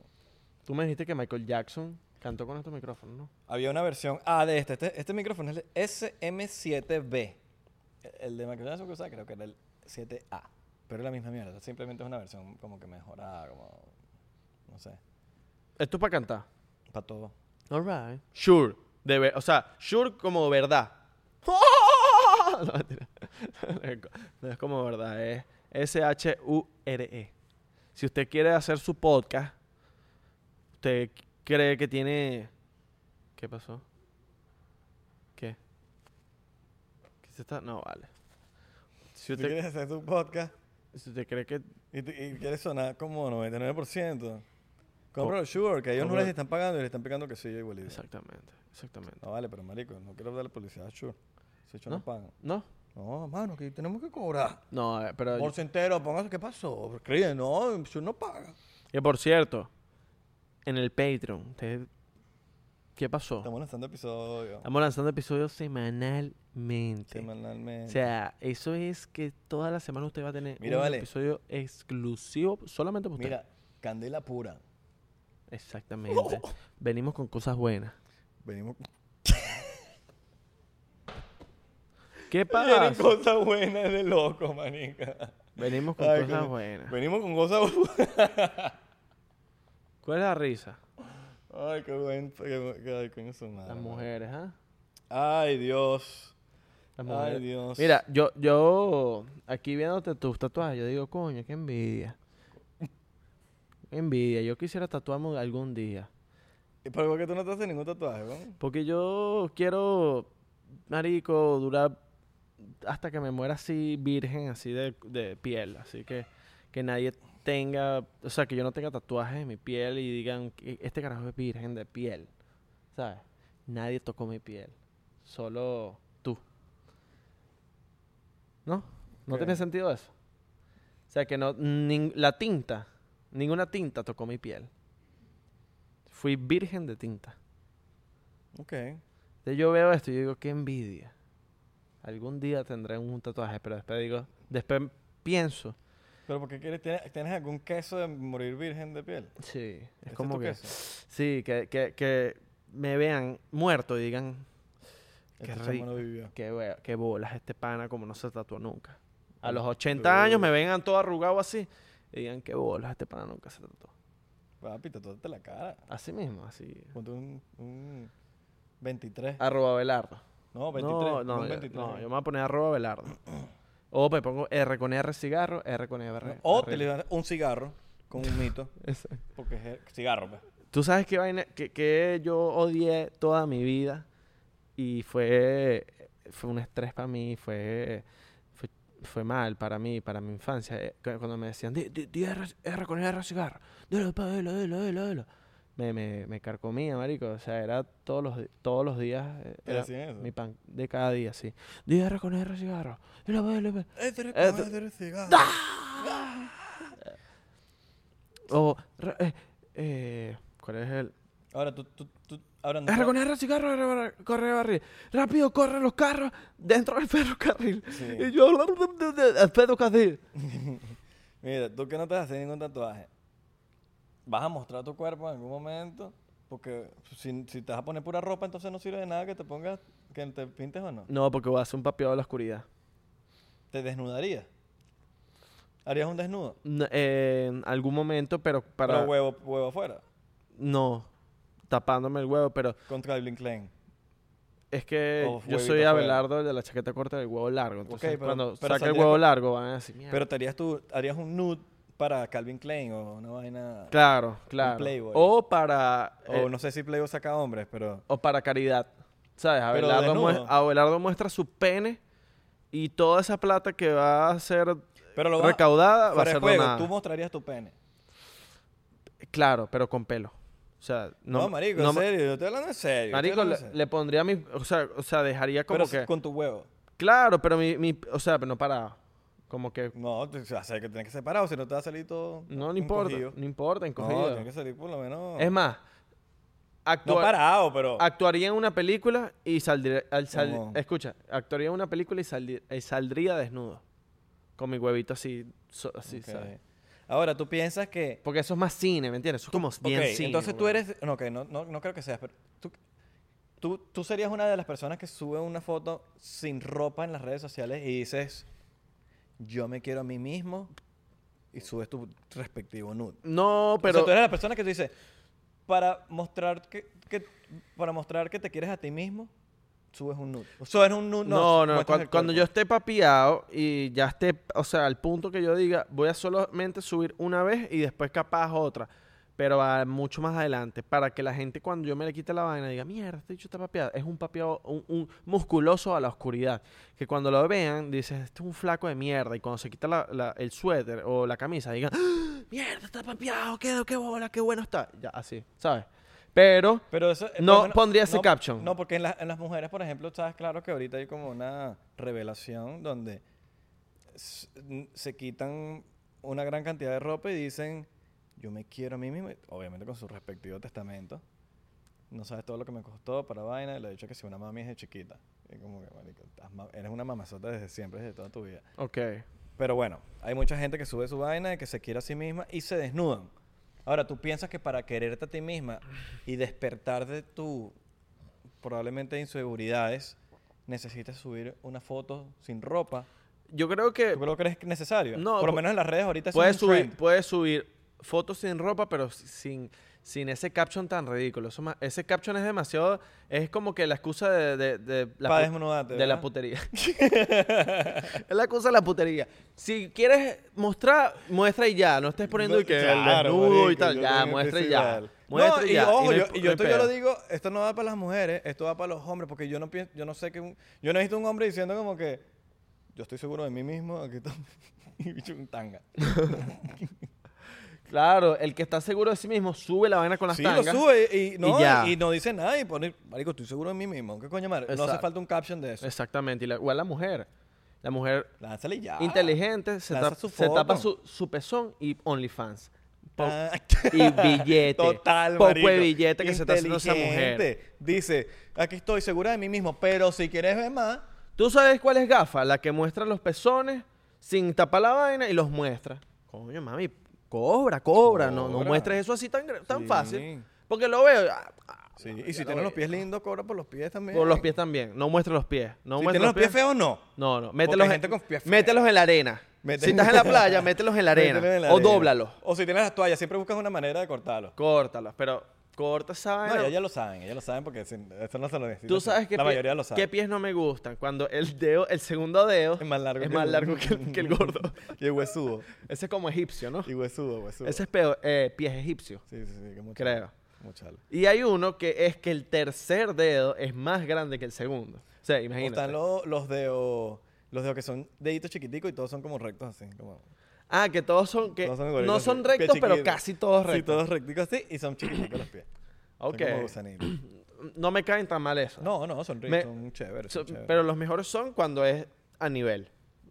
Speaker 2: Tú me dijiste que Michael Jackson cantó con estos micrófonos, ¿no?
Speaker 1: Había una versión A de este. Este, este micrófono es el SM7B. El- El de Michael Jackson que usaba creo que era el 7A. Pero es la misma mierda. Simplemente es una versión como que mejorada, como... No sé.
Speaker 2: Esto es para cantar.
Speaker 1: Para todo.
Speaker 2: Alright. Shure. De ver- o sea, Shure como verdad. No, mentira. no es como verdad, es S-H-U-R-E. E. Si usted quiere hacer su podcast, usted cree que tiene. ¿Qué pasó? ¿Qué? ¿Qué se está.? No, vale. Si
Speaker 1: Si tú
Speaker 2: usted,
Speaker 1: quieres hacer tu podcast
Speaker 2: si usted cree que.
Speaker 1: y, te- y quieres sonar como 99%,
Speaker 2: Co-
Speaker 1: compra los Shure, que a ellos no
Speaker 2: compra-
Speaker 1: les están pagando y les están pegando que sí, yo igualito.
Speaker 2: Exactamente, exactamente.
Speaker 1: No vale, pero marico, no quiero darle publicidad a Shure. Si ellos
Speaker 2: ¿No?
Speaker 1: no pagan.
Speaker 2: ¿No?
Speaker 1: No, mano, que tenemos que cobrar.
Speaker 2: No, eh, pero.
Speaker 1: Bolso entero, póngase, ¿qué pasó? Escribe, no, Shure no paga.
Speaker 2: Que por cierto, en el Patreon, ¿te- ¿qué pasó?
Speaker 1: Estamos lanzando episodios
Speaker 2: Estamos lanzando episodios semanalmente. O
Speaker 1: semanalmente.
Speaker 2: sea, eso es que toda la semana usted va a tener
Speaker 1: Mira,
Speaker 2: un
Speaker 1: vale.
Speaker 2: episodio exclusivo solamente para usted.
Speaker 1: Mira, candela pura.
Speaker 2: Exactamente. Venimos con cosas buenas.
Speaker 1: Venimos
Speaker 2: ¿Qué
Speaker 1: Vienen
Speaker 2: pasa?
Speaker 1: cosas buenas de loco, manica.
Speaker 2: Venimos con
Speaker 1: Ay,
Speaker 2: cosas
Speaker 1: coño.
Speaker 2: buenas.
Speaker 1: Venimos con cosas buenas.
Speaker 2: ¿Cuál es la risa?
Speaker 1: Ay, qué buen. Qué, qué- ay, coño, su madre.
Speaker 2: Las
Speaker 1: mano.
Speaker 2: mujeres, ¿ah?
Speaker 1: Ay, Dios.
Speaker 2: Las
Speaker 1: Ay,
Speaker 2: mujeres.
Speaker 1: Dios.
Speaker 2: Mira, yo, yo aquí viéndote tus tatuajes, yo digo, coño, qué envidia. Qué envidia. Yo quisiera tatuarme algún día.
Speaker 1: ¿Y ¿Pero por qué tú no te haces ningún tatuaje, weón?
Speaker 2: Porque yo quiero, marico, durar hasta que me muera así virgen, así de, de piel. Así que que nadie tenga, o sea, que yo no tenga tatuajes en mi piel y digan, "E- este carajo es virgen de piel. ¿Sabes? Nadie tocó mi piel. Solo tú. ¿No? ¿No
Speaker 1: Ok.
Speaker 2: tiene sentido eso? O sea, que no, nin- la tinta, ninguna tinta tocó mi piel. Fui virgen de tinta.
Speaker 1: Ok.
Speaker 2: Entonces yo veo esto y yo digo, qué envidia. Algún día tendré un tatuaje, pero después digo, después pienso.
Speaker 1: ¿Pero por qué quieres? ¿Tienes, tienes algún queso de morir virgen de piel?
Speaker 2: Sí, es
Speaker 1: ¿Este
Speaker 2: como
Speaker 1: tu
Speaker 2: que...
Speaker 1: queso?
Speaker 2: Sí, que, que, que me vean muerto y digan, Qué
Speaker 1: Este chamo
Speaker 2: rico.
Speaker 1: no vivió.
Speaker 2: qué, hue- qué bolas este pana como no se tatuó nunca. A los
Speaker 1: Ay,
Speaker 2: 80 años
Speaker 1: dude.
Speaker 2: me vengan todo arrugado así y digan, qué bolas este pana nunca se tatuó.
Speaker 1: Papi, tatúate la cara.
Speaker 2: Así mismo, así.
Speaker 1: Ponte un, un 23.
Speaker 2: Arroba Belardo.
Speaker 1: No, 23.
Speaker 2: Ah, No, no,
Speaker 1: un
Speaker 2: yo-
Speaker 1: 23.
Speaker 2: no, yo me voy a poner arroba Belardo. O me pongo R con R cigarro, R con R.
Speaker 1: o
Speaker 2: arriba.
Speaker 1: te le das un cigarro con un mito.
Speaker 2: Exacto.
Speaker 1: Porque es el- cigarro, pues.
Speaker 2: Tú sabes qué vaina que, que yo odié toda mi vida y fue, fue un estrés para mí, fue, fue, fue mal para mí, para mi infancia. eh, cu- Cuando me decían, di, di- di R, R con R cigarro, dilo, pa, dilo, dilo, dilo, dilo". Me, me, me carcomía, marico. O sea, era todos los, di- todos los días. eh,
Speaker 1: ¿Te
Speaker 2: era
Speaker 1: decían eso?
Speaker 2: mi pan de cada día, sí. Di R con R cigarro, dilo, pa, dilo, pa".
Speaker 1: Éter
Speaker 2: Eh,
Speaker 1: con
Speaker 2: tú-
Speaker 1: éter cigarro.
Speaker 2: O, re- eh, eh, ¿cuál es el...?
Speaker 1: Ahora, tú, tú, tú, ahora no
Speaker 2: R
Speaker 1: te-
Speaker 2: con R, cigarro, R, R, corre barril. Rápido, corren los carros dentro del ferrocarril.
Speaker 1: Sí.
Speaker 2: Y yo, el ferrocarril.
Speaker 1: Mira, tú que no te vas a hacer ningún tatuaje, vas a mostrar tu cuerpo en algún momento, porque si, si te vas a poner pura ropa, entonces no sirve de nada que te pongas, que te pintes o no.
Speaker 2: No, porque voy a hacer un papeado de la oscuridad.
Speaker 1: ¿Te desnudarías? ¿Harías un desnudo?
Speaker 2: N- eh, en algún momento, pero para.
Speaker 1: Pero huevo, huevo afuera,
Speaker 2: No, tapándome el huevo, pero
Speaker 1: contra el Blink Lane.
Speaker 2: es que
Speaker 1: O
Speaker 2: yo
Speaker 1: Oh, huevito
Speaker 2: soy
Speaker 1: afuera.
Speaker 2: Abelardo el de la chaqueta corta del huevo largo. Entonces,
Speaker 1: pero-
Speaker 2: cuando saca
Speaker 1: pero
Speaker 2: el
Speaker 1: saldría
Speaker 2: huevo
Speaker 1: con-
Speaker 2: largo, van a decir, mierda.
Speaker 1: Pero te harías tú, harías un nude para Calvin Klein o una vaina...
Speaker 2: claro, claro.
Speaker 1: Playboy.
Speaker 2: O para. eh,
Speaker 1: O no sé si Playboy saca hombres, pero...
Speaker 2: o para caridad. ¿Sabes?
Speaker 1: Pero
Speaker 2: Abelardo, mue-
Speaker 1: desnudo.
Speaker 2: Abelardo muestra su pene y toda esa plata que va a ser
Speaker 1: Pero lo vas-
Speaker 2: recaudada va a
Speaker 1: fuera de
Speaker 2: ser
Speaker 1: juego,
Speaker 2: donada.
Speaker 1: tú mostrarías tu pene.
Speaker 2: Claro, pero con pelo. O sea, no,
Speaker 1: No, marico,
Speaker 2: no
Speaker 1: en
Speaker 2: me-
Speaker 1: serio, yo estoy hablando en serio. yo estoy
Speaker 2: marico,
Speaker 1: hablando en
Speaker 2: le,
Speaker 1: serio.
Speaker 2: le pondría mi, o sea, o sea, dejaría como
Speaker 1: Pero
Speaker 2: que
Speaker 1: con tu huevo.
Speaker 2: Claro, pero mi, mi o sea, pero no para como que
Speaker 1: No, te- o sea, que tienes que separar, si no te va a salir todo.
Speaker 2: no no
Speaker 1: un
Speaker 2: importa,
Speaker 1: cogido.
Speaker 2: no importa,
Speaker 1: No,
Speaker 2: encogido.
Speaker 1: tiene que salir por lo menos.
Speaker 2: Es más, Ah,
Speaker 1: no
Speaker 2: actuar-
Speaker 1: parado, pero.
Speaker 2: actuaría en una película y saldría al sal-
Speaker 1: Como-
Speaker 2: escucha, actuaría en una película y, saldi- y saldría desnudo con mi huevito así, so- así,
Speaker 1: Ok.
Speaker 2: ¿sabes?
Speaker 1: Ahora, tú piensas que.
Speaker 2: Porque eso es más cine, ¿me entiendes? Eso es como bien
Speaker 1: Ok,
Speaker 2: cine.
Speaker 1: entonces tú
Speaker 2: weón.
Speaker 1: eres. No, que no, no, no creo que seas, pero. Tú, tú, tú serías una de las personas que sube una foto sin ropa en las redes sociales y dices. Yo me quiero a mí mismo. Y subes tu respectivo nude.
Speaker 2: No,
Speaker 1: Pero
Speaker 2: pero
Speaker 1: tú eres la persona que tú dices, para mostrar que, que- para mostrar que te quieres a ti mismo, subes un nude. O subes un nude,
Speaker 2: no, no,
Speaker 1: muestras
Speaker 2: cuan-
Speaker 1: el
Speaker 2: cuando yo
Speaker 1: cuerpo.
Speaker 2: esté papiado y ya esté, o sea, al punto que yo diga, voy a solamente subir una vez y después capaz otra, pero a- mucho más adelante, para que la gente cuando yo me le quite la vaina diga, mierda, este dicho está papiado, es un papiado, un, un musculoso a la oscuridad, que cuando lo vean dices, este es un flaco de mierda, y cuando se quita la- la- el suéter o la camisa digan, "Ah, mierda, está papiado, qué, qué bola, qué bueno está, ya, así, ¿sabes? Pero...
Speaker 1: Pero eso, eh, por
Speaker 2: no
Speaker 1: lo menos-
Speaker 2: pondría ese
Speaker 1: no,
Speaker 2: caption.
Speaker 1: No, porque en, las- en las mujeres, por ejemplo, sabes claro que ahorita hay como una revelación donde s- n- se quitan una gran cantidad de ropa y dicen, yo me quiero a mí mismo, y obviamente con su respectivo testamento. No sabes todo lo que me costó para vaina. Y le he dicho que si una mami es de chiquita. Y como que, marico, estás ma- eres una mamazota desde siempre, desde toda tu vida.
Speaker 2: Ok.
Speaker 1: Pero bueno, hay mucha gente que sube su vaina y que se quiere a sí misma y se desnudan. Ahora, tú piensas que para quererte a ti misma y despertar de tu probablemente inseguridades, necesitas subir una foto sin ropa.
Speaker 2: Yo creo que...
Speaker 1: ¿Tú lo crees que es necesario?
Speaker 2: No,
Speaker 1: Por lo
Speaker 2: pu-
Speaker 1: menos en las redes ahorita es
Speaker 2: Puedes
Speaker 1: un
Speaker 2: subir,
Speaker 1: trend.
Speaker 2: puedes subir fotos sin ropa, pero si- sin, sin ese caption tan ridículo. Eso ma- ese caption es demasiado. Es como que la excusa de, de, de la,
Speaker 1: Pa'
Speaker 2: pu-
Speaker 1: desnudarte,
Speaker 2: de la
Speaker 1: ¿verdad?
Speaker 2: putería. es la excusa de la putería. Si quieres mostrar, muestra y ya. No estés poniendo
Speaker 1: No,
Speaker 2: y que el
Speaker 1: claro,
Speaker 2: desnudo y
Speaker 1: marico,
Speaker 2: tal.
Speaker 1: yo
Speaker 2: Ya,
Speaker 1: también
Speaker 2: muestra y
Speaker 1: pienso
Speaker 2: ya.
Speaker 1: igual.
Speaker 2: Muestra
Speaker 1: no,
Speaker 2: y ya.
Speaker 1: ojo,
Speaker 2: no hay-
Speaker 1: yo, y
Speaker 2: no
Speaker 1: yo,
Speaker 2: hay
Speaker 1: esto yo lo
Speaker 2: pedo.
Speaker 1: digo, esto no va para las mujeres, esto va para los hombres, porque yo no pienso, yo no sé que un- yo no he visto un hombre diciendo como que yo estoy seguro de mí mismo, aquí está y bicho un tanga.
Speaker 2: Claro, el que está seguro de sí mismo sube la vaina con las
Speaker 1: Sí,
Speaker 2: tangas.
Speaker 1: lo sube y, y no,
Speaker 2: ya.
Speaker 1: y no dice nada y pone, marico, estoy seguro de mí mismo, ¿qué coño madre? No hace
Speaker 2: Exacto.
Speaker 1: falta un caption de eso.
Speaker 2: Exactamente. Y la, igual la mujer. La mujer
Speaker 1: Lánzale ya.
Speaker 2: inteligente se,
Speaker 1: lanza
Speaker 2: tap-
Speaker 1: su
Speaker 2: se tapa
Speaker 1: foto.
Speaker 2: su, su pezón y OnlyFans. Po-
Speaker 1: Ah.
Speaker 2: y billete.
Speaker 1: Total,
Speaker 2: Poco
Speaker 1: marico.
Speaker 2: de billete que se está haciendo esa mujer.
Speaker 1: Inteligente. Dice, aquí estoy segura de mí mismo, pero si quieres ver más,
Speaker 2: ¿Tú sabes cuál es gafa? La que muestra los pezones sin tapar la vaina y los muestra. Coño, mami, cobra, cobra. No, no
Speaker 1: Cobra.
Speaker 2: muestres eso así tan, gr- tan
Speaker 1: Sí.
Speaker 2: fácil. Porque lo veo. ah, ah,
Speaker 1: Sí, y si tienes los pies lindos, cobra por los pies también.
Speaker 2: Por los pies también. No muestre los pies. No
Speaker 1: si
Speaker 2: muestre
Speaker 1: tienes los pies feos, no.
Speaker 2: No, no. Mételos,
Speaker 1: hay
Speaker 2: en-
Speaker 1: gente con pies feos.
Speaker 2: mételos en la arena.
Speaker 1: Mete-
Speaker 2: Si estás en la playa, mételos en la arena.
Speaker 1: Mételos en la
Speaker 2: o
Speaker 1: arena.
Speaker 2: dóblalos.
Speaker 1: O si tienes las toallas, siempre buscas una manera de cortarlos.
Speaker 2: Córtalos. Pero corta esa vaina.
Speaker 1: No, ellas lo saben, ellas lo saben porque sin- esto no se lo necesita.
Speaker 2: Ah, Tú sabes que
Speaker 1: La mayoría lo
Speaker 2: qué
Speaker 1: sabe.
Speaker 2: pies no me gustan. Cuando el dedo, el segundo dedo
Speaker 1: Es más largo
Speaker 2: es
Speaker 1: que
Speaker 2: más
Speaker 1: el-
Speaker 2: largo que, el, que el gordo.
Speaker 1: Y el huesudo.
Speaker 2: Ese es como egipcio, ¿no?
Speaker 1: Y huesudo, huesudo.
Speaker 2: Ese es peor, eh, pies egipcio,
Speaker 1: Sí, sí, sí. que mucho-
Speaker 2: creo.
Speaker 1: Muchalo.
Speaker 2: Y hay uno que es que el tercer dedo es más grande que el segundo. O sea,
Speaker 1: O
Speaker 2: imagínate.
Speaker 1: Están los, los dedos. Los dedos que son deditos chiquiticos y todos son como rectos así. Como,
Speaker 2: Ah, que todos son que
Speaker 1: todos
Speaker 2: no
Speaker 1: igualitos
Speaker 2: son,
Speaker 1: así, que
Speaker 2: rectos, pero
Speaker 1: chiquitos.
Speaker 2: casi todos
Speaker 1: Sí,
Speaker 2: rectos.
Speaker 1: todos recticos así y son chiquiticos los pies. Son
Speaker 2: Ok.
Speaker 1: como gusanitos.
Speaker 2: No me caen tan mal eso.
Speaker 1: No, no, son
Speaker 2: Me-
Speaker 1: ricos, son chéveres.
Speaker 2: So-
Speaker 1: son chéveres.
Speaker 2: pero los mejores son cuando es a nivel.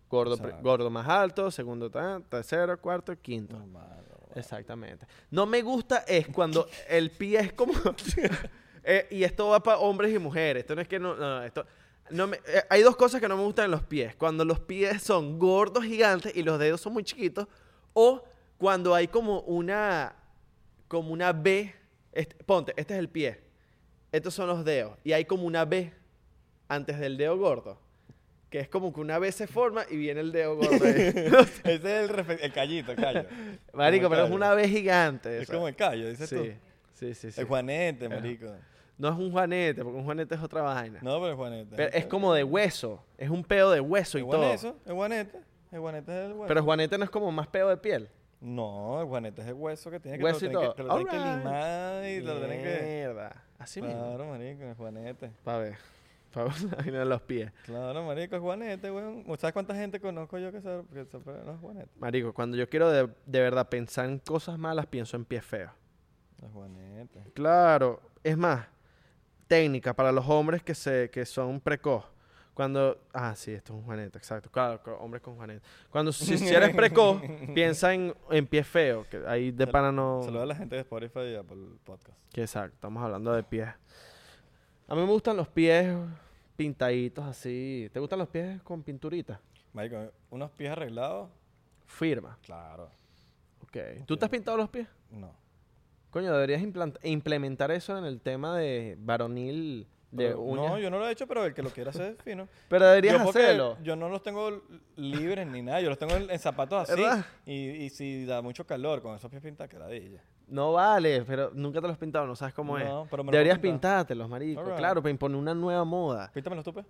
Speaker 2: Gordo,
Speaker 1: O sea-
Speaker 2: pri- gordo más alto, segundo tan, tercero, cuarto, quinto.
Speaker 1: Normal, normal.
Speaker 2: Exactamente. No me gusta es cuando el pie es como... Eh, y esto va para hombres y mujeres. Esto no es que no... no, no, esto, no me- eh, hay dos cosas que no me gustan en los pies. Cuando los pies son gordos, gigantes y los dedos son muy chiquitos. O cuando hay como una... Como una B. Este- ponte, este es el pie. Estos son los dedos. Y hay como una B antes del dedo gordo. Que es como que una B se forma y viene el dedo gordo ahí.
Speaker 1: Ese es el, refe- el callito, el callo.
Speaker 2: Marico,
Speaker 1: Como el
Speaker 2: pero es
Speaker 1: callo.
Speaker 2: una B gigante.
Speaker 1: Es
Speaker 2: esa.
Speaker 1: como el callo, dices tú.
Speaker 2: Sí, sí, sí. sí.
Speaker 1: El Juanete, marico.
Speaker 2: No es un juanete, porque un juanete es otra vaina.
Speaker 1: No, pero el Juanete.
Speaker 2: Pero es como de hueso. Es un pedo de hueso y
Speaker 1: El
Speaker 2: todo.
Speaker 1: Juanete, el Juanete. El Juanete es el hueso.
Speaker 2: Pero juanete no es como más pedo de piel. no
Speaker 1: No, el Juanete es el hueso que tiene que
Speaker 2: Hueso y
Speaker 1: te lo tienen que, te
Speaker 2: todo.
Speaker 1: lo tienen que
Speaker 2: Alright.
Speaker 1: limar y te lo tienen que.
Speaker 2: Mierda. Así mismo.
Speaker 1: Claro, marico, el Juanete.
Speaker 2: Pa' ver. Pa' ver la vaina de los pies.
Speaker 1: Claro, marico, el Juanete, weón. ¿Sabes cuánta gente conozco yo que se, que se opera los Juanetes?
Speaker 2: Marico, cuando yo quiero de, de verdad pensar en cosas malas, pienso en pies feos.
Speaker 1: Los Juanetes.
Speaker 2: Claro. Es más, técnica para los hombres que, se, que son precoz. Cuando... Ah, sí, esto es un juanete, exacto. Claro, co- hombres con juanete. Cuando si, si eres precoz, piensa en, en pies feos. Que ahí de
Speaker 1: Se-
Speaker 2: pana no...
Speaker 1: Saluda a la gente de Spotify y Apple Podcast.
Speaker 2: Que exacto, estamos hablando de pies. A mí me gustan los pies pintaditos así. ¿Te gustan los pies con pinturita?
Speaker 1: Marico, unos pies arreglados.
Speaker 2: Firma.
Speaker 1: Claro.
Speaker 2: Ok. ¿Tú te has pintado los pies?
Speaker 1: No.
Speaker 2: Coño, deberías implant- implementar eso en el tema de varonil de
Speaker 1: Pero-
Speaker 2: uñas.
Speaker 1: No, yo no lo he hecho, pero el que lo quiera hacer, fino.
Speaker 2: Pero deberías
Speaker 1: yo porque
Speaker 2: hacerlo.
Speaker 1: Yo no los tengo l- libres ni nada, yo los tengo en, en zapatos así.
Speaker 2: ¿Verdad?
Speaker 1: Y, y si da mucho calor, con esos pies pintados, quedadilla.
Speaker 2: No vale, pero nunca te los has pintado, no sabes cómo
Speaker 1: No,
Speaker 2: es.
Speaker 1: pero me los
Speaker 2: deberías
Speaker 1: voy a pintar.
Speaker 2: pintártelos, marico.
Speaker 1: Alright.
Speaker 2: Claro, para imponer una nueva moda.
Speaker 1: Píntame los tupes.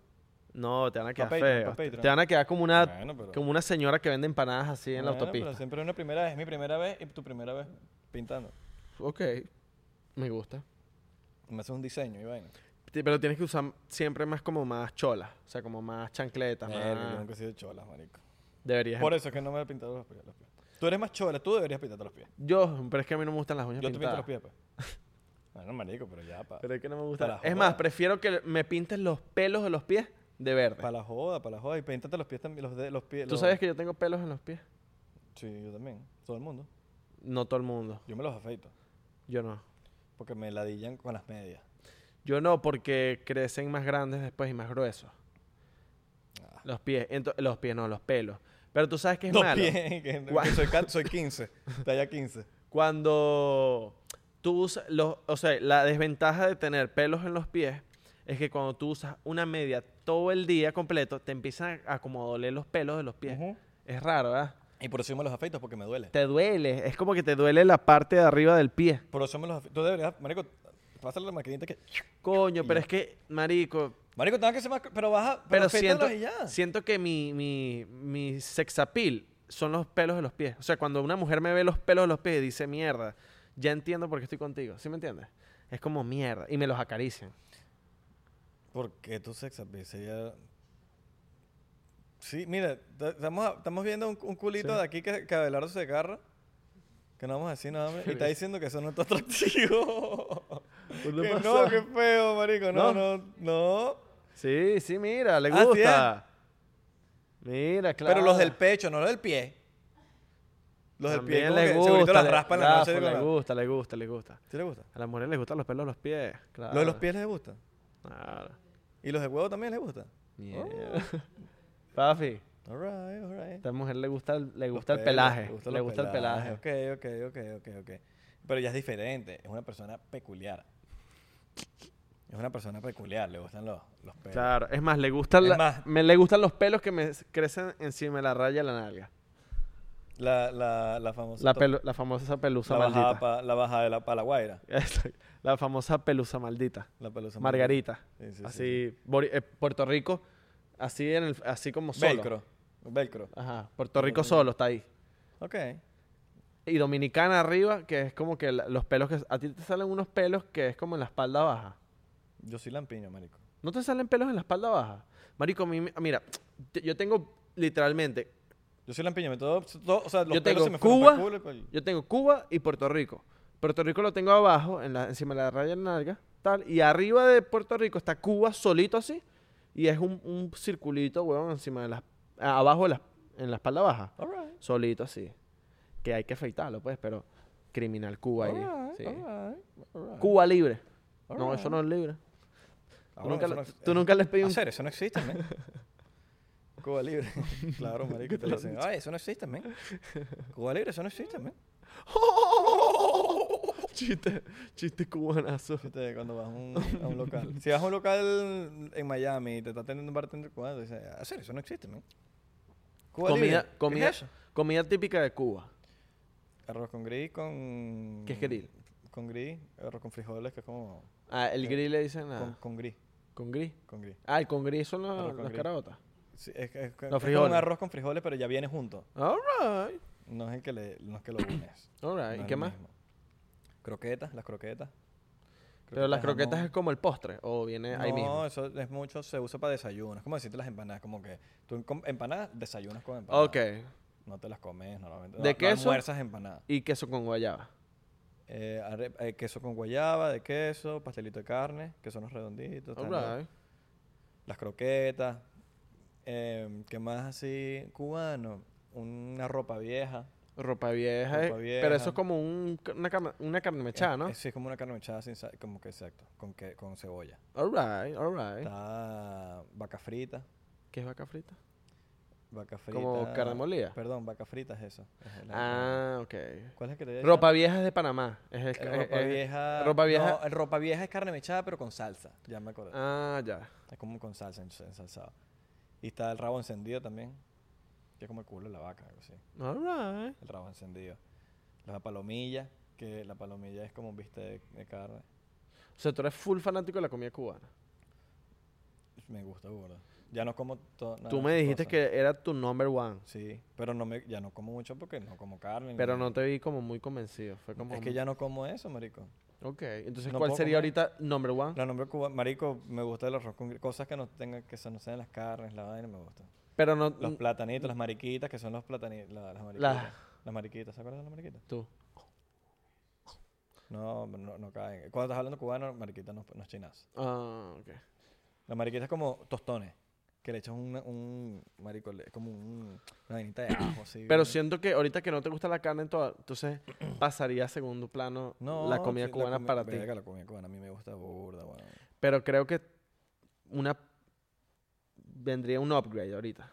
Speaker 2: No, te van a quedar
Speaker 1: Patreon, pa'
Speaker 2: feos.
Speaker 1: Patreon.
Speaker 2: Te van a quedar como una,
Speaker 1: Bueno, pero-
Speaker 2: como una señora que vende empanadas así en la
Speaker 1: Bueno,
Speaker 2: autopista.
Speaker 1: Pero siempre es una primera vez, es mi primera vez y tu primera vez pintando.
Speaker 2: Ok, me gusta.
Speaker 1: Me haces un diseño y vaina.
Speaker 2: Ti- Pero tienes que usar siempre más como más cholas, o sea, como más chancletas, más...
Speaker 1: Verga, yo nunca he sido chola, marico.
Speaker 2: Deberías... em-
Speaker 1: Por eso es que no me he pintado los pies. los pies. Tú eres más chola, tú deberías pintarte los pies.
Speaker 2: Yo, pero es que a mí no me gustan las uñas
Speaker 1: Yo te pinto
Speaker 2: pintadas.
Speaker 1: los pies, pues. Bueno, marico, pero ya, pa.
Speaker 2: Pero es que no me gustan.
Speaker 1: Para
Speaker 2: Es
Speaker 1: joder.
Speaker 2: más, prefiero que me pintes los pelos de los pies de verde.
Speaker 1: Para la joda, para la joda. Y píntate los pies también, los, de, los pies.
Speaker 2: ¿Tú sabes que yo tengo pelos en los pies?
Speaker 1: Sí, yo también. Todo el mundo.
Speaker 2: No todo el mundo.
Speaker 1: Yo me los afeito.
Speaker 2: Yo no.
Speaker 1: Porque me ladillan con las medias.
Speaker 2: Yo no, porque crecen más grandes después y más gruesos.
Speaker 1: Ah.
Speaker 2: Los pies. Ento- los pies, no, los pelos. Pero tú sabes que es
Speaker 1: Los
Speaker 2: malo.
Speaker 1: pies. que-
Speaker 2: Guau.
Speaker 1: que soy, cal- soy 15. Talla 15.
Speaker 2: Cuando tú usas los, o sea, la desventaja de tener pelos en los pies es que cuando tú usas una media todo el día completo, te empiezan a, a como doler los pelos de los pies.
Speaker 1: Ujú.
Speaker 2: Es raro, ¿verdad?
Speaker 1: Y por eso yo me los afeito, porque me duele.
Speaker 2: Te duele, es como que te duele la parte de arriba del pie.
Speaker 1: Por eso me los afeito. Tú deberías, marico, pásale la maquinita que...
Speaker 2: Coño, pero es que, marico,
Speaker 1: Marico, tengo que ser más... Pero baja...
Speaker 2: pero
Speaker 1: Pero,
Speaker 2: siento,
Speaker 1: afeítalos y ya.
Speaker 2: siento que mi, mi, mi sex appeal son los pelos de los pies. O sea, cuando una mujer me ve los pelos de los pies y dice, mierda, ya entiendo por qué estoy contigo. ¿Sí me entiendes? Es como mierda. Y me los acarician.
Speaker 1: Porque tu sex appeal sería... Sí, mira, ta- estamos, a- estamos viendo un, un culito
Speaker 2: Sí.
Speaker 1: de aquí que, que Abelardo se agarra. Que no vamos a decir nada, hombre, Y está
Speaker 2: Verga.
Speaker 1: diciendo que eso no está atractivo. que
Speaker 2: ¿Qué
Speaker 1: no, qué feo, marico. no,
Speaker 2: Pues No.
Speaker 1: no. no.
Speaker 2: Sí, sí, mira, le
Speaker 1: Así
Speaker 2: gusta. Ah, Mira, claro.
Speaker 1: Pero los del pecho, no los del pie. Los del pie
Speaker 2: También
Speaker 1: como
Speaker 2: le
Speaker 1: que
Speaker 2: gusta,
Speaker 1: segurito las
Speaker 2: le-
Speaker 1: raspan en la
Speaker 2: claro,
Speaker 1: noche. con
Speaker 2: Le
Speaker 1: la-
Speaker 2: gusta, le gusta, le gusta.
Speaker 1: ¿Sí le gusta?
Speaker 2: A las mujeres les gustan los pelos de los pies, claro.
Speaker 1: Los de los pies Oh. les gusta.
Speaker 2: Claro.
Speaker 1: Y los de huevo también les gusta.
Speaker 2: Mierda. Papi,
Speaker 1: Alright, alright.
Speaker 2: a esta mujer le gusta, el- le
Speaker 1: Los
Speaker 2: gusta el
Speaker 1: pelos,
Speaker 2: pelaje.
Speaker 1: les
Speaker 2: le
Speaker 1: los
Speaker 2: gusta el pelaje.
Speaker 1: pelajes. Ok, ok, ok, ok, ok. Pero ya es diferente. Es una persona peculiar. Es una persona peculiar, le gustan los, los pelos.
Speaker 2: Claro, es más, le gustan,
Speaker 1: Es
Speaker 2: la-
Speaker 1: más-
Speaker 2: me, le gustan los pelos que me crecen encima de la raya de la nalga.
Speaker 1: La, la, la famosa.
Speaker 2: La,
Speaker 1: to-
Speaker 2: pelu- la famosa pelusa
Speaker 1: la bajada
Speaker 2: maldita.
Speaker 1: pa- la bajada de la palaguaira.
Speaker 2: Exacto. La famosa pelusa maldita.
Speaker 1: La pelusa
Speaker 2: Margarita.
Speaker 1: Sí, sí, sí,
Speaker 2: así, Bori- eh, Puerto Rico, así, en el- así como solo.
Speaker 1: Velcro. Velcro.
Speaker 2: Ajá, Puerto Rico solo está ahí.
Speaker 1: Ok.
Speaker 2: Y Dominicana arriba, que es como que la- los pelos que... A ti te salen unos pelos que es como en la espalda baja.
Speaker 1: Yo soy lampiño, marico.
Speaker 2: ¿No te salen pelos en la espalda baja? Marico, a mí me- mira, te- yo tengo literalmente,
Speaker 1: Yo soy lampiño. me todo- todo- o sea, los
Speaker 2: Yo tengo
Speaker 1: pelos se me fueron pa'l
Speaker 2: Cuba.
Speaker 1: culo y pa'l-
Speaker 2: yo tengo Cuba y Puerto Rico. Puerto Rico lo tengo abajo, en la, encima de la raya de la nalga, tal. Y arriba de Puerto Rico está Cuba solito así. Y es un, un circulito, huevón, encima de la... ah, Abajo de la, en la espalda baja.
Speaker 1: Alright,
Speaker 2: Solito así. Que hay que afeitarlo, pues, pero criminal Cuba ahí.
Speaker 1: alright,
Speaker 2: sí.
Speaker 1: alright, alright.
Speaker 2: Cuba libre. No,
Speaker 1: Alright.
Speaker 2: eso no es libre.
Speaker 1: Ah,
Speaker 2: tú,
Speaker 1: bueno,
Speaker 2: nunca,
Speaker 1: eso
Speaker 2: le-
Speaker 1: no-
Speaker 2: tú nunca les pedí
Speaker 1: Ah,
Speaker 2: un...
Speaker 1: serio, eso no existe, men. Cuba Libre. claro, marico, te lo dicen. Ay, eso no existe, men. Cuba Libre, eso no existe, men.
Speaker 2: chiste, chiste cubanazo.
Speaker 1: Chiste, Cuando vas a un, a un local. Si vas a un local en Miami y te está atendiendo un bartender cubano, te dice, ah, serio, eso no existe, men. Cuba
Speaker 2: Comida,
Speaker 1: Libre, ¿qué
Speaker 2: comida,
Speaker 1: es eso?
Speaker 2: comida típica de Cuba.
Speaker 1: Arroz con gris con...
Speaker 2: ¿Qué es grill?
Speaker 1: Con gris, arroz con frijoles, que es como...
Speaker 2: Ah, el
Speaker 1: Sí.
Speaker 2: gris le dicen ah,
Speaker 1: Con,
Speaker 2: con,
Speaker 1: con gris,
Speaker 2: gris.
Speaker 1: con gris.
Speaker 2: Ah, el con gris son
Speaker 1: Arroz
Speaker 2: los,
Speaker 1: con
Speaker 2: las
Speaker 1: gris.
Speaker 2: caraotas.
Speaker 1: Sí, es, que- es
Speaker 2: Los
Speaker 1: que- es como un
Speaker 2: frijoles.
Speaker 1: arroz con frijoles, pero ya viene junto.
Speaker 2: All right.
Speaker 1: No es el que, le, no es que lo unes.
Speaker 2: All right.
Speaker 1: No
Speaker 2: ¿Y
Speaker 1: es
Speaker 2: qué
Speaker 1: lo
Speaker 2: más?
Speaker 1: mismo. Croquetas, las croquetas.
Speaker 2: Pero las
Speaker 1: jamón.
Speaker 2: croquetas es como el postre o viene ahí
Speaker 1: no,
Speaker 2: mismo.
Speaker 1: eso es mucho, se usa para desayunos. Como decirte las empanadas, como que tú com- empanadas, desayunas con empanadas.
Speaker 2: Ok.
Speaker 1: No te las comes normalmente.
Speaker 2: ¿De
Speaker 1: no, no
Speaker 2: queso?
Speaker 1: almuerzas empanadas.
Speaker 2: Y queso con guayaba.
Speaker 1: Eh, are- eh, queso con guayaba, de queso, pastelito de carne, que son los redonditos.
Speaker 2: All
Speaker 1: están los-
Speaker 2: right.
Speaker 1: Las croquetas. Eh, ¿Qué más así cubano? Una ropa vieja.
Speaker 2: Ropa vieja,
Speaker 1: Ropa
Speaker 2: eh,
Speaker 1: vieja.
Speaker 2: Pero eso es como un, una, carne, una carne mechada, ¿no?
Speaker 1: Es, Eh, sí, es como una carne mechada sin sal- como que exacto, con, que, con cebolla.
Speaker 2: All right, all right.
Speaker 1: Está vaca frita,
Speaker 2: ¿Qué es vaca frita?
Speaker 1: vaca frita.
Speaker 2: Como carne molida.
Speaker 1: Perdón, vaca frita es eso. es la-
Speaker 2: Ah, ok.
Speaker 1: ¿Cuál es el que te había
Speaker 2: Ropa
Speaker 1: dicho?
Speaker 2: vieja es de Panamá. Es, es-
Speaker 1: El
Speaker 2: es-
Speaker 1: ropa
Speaker 2: es-
Speaker 1: Eh, vieja.
Speaker 2: ropa vieja.
Speaker 1: No, el ropa vieja es carne mechada, pero con salsa. Ya me acordé.
Speaker 2: Ah, ya.
Speaker 1: Es como con salsa, ens- ensalzado. Y está el rabo encendido también. Que es como el culo de la vaca, algo así.
Speaker 2: All right.
Speaker 1: El rabo encendido. La palomilla, que la palomilla es como un bistec de carne.
Speaker 2: O sea, tú eres full fanático de la comida cubana.
Speaker 1: Me gusta, burda. Ya no como todo.
Speaker 2: tú me dijiste que era tu number one,
Speaker 1: Sí, pero no me, ya no como mucho porque no como carne. ni-
Speaker 2: pero no te vi como muy convencido. Fue como...
Speaker 1: Es que ya no como eso, marico.
Speaker 2: Ok, entonces
Speaker 1: no
Speaker 2: ¿cuál
Speaker 1: puedo
Speaker 2: sería
Speaker 1: comer.
Speaker 2: ahorita number one?
Speaker 1: La nombre cubana, marico, me gusta el arroz con gri- cosas que no tengan, que se no sean las carnes, la vaina, me gusta.
Speaker 2: Pero no...
Speaker 1: Los
Speaker 2: n-
Speaker 1: platanitos, las mariquitas, que son los platanitos, las mariquitas. Las mariquitas, ¿se acuerdan de las mariquitas?
Speaker 2: Tú.
Speaker 1: No, no, no caen. Cuando estás hablando cubano, mariquita no, no es chinazo.
Speaker 2: Ah, ok.
Speaker 1: Las mariquitas es como tostones, que le echas un, un marico, le- como un, una vainita de ajo, así.
Speaker 2: Pero
Speaker 1: bien-
Speaker 2: siento que ahorita que no te gusta la carne, toda, entonces pasaría a segundo plano
Speaker 1: No,
Speaker 2: la comida
Speaker 1: sí,
Speaker 2: cubana
Speaker 1: comi-
Speaker 2: para ti.
Speaker 1: verga, La comida cubana a mí me gusta burda, bueno.
Speaker 2: Pero creo que una... Vendría un upgrade ahorita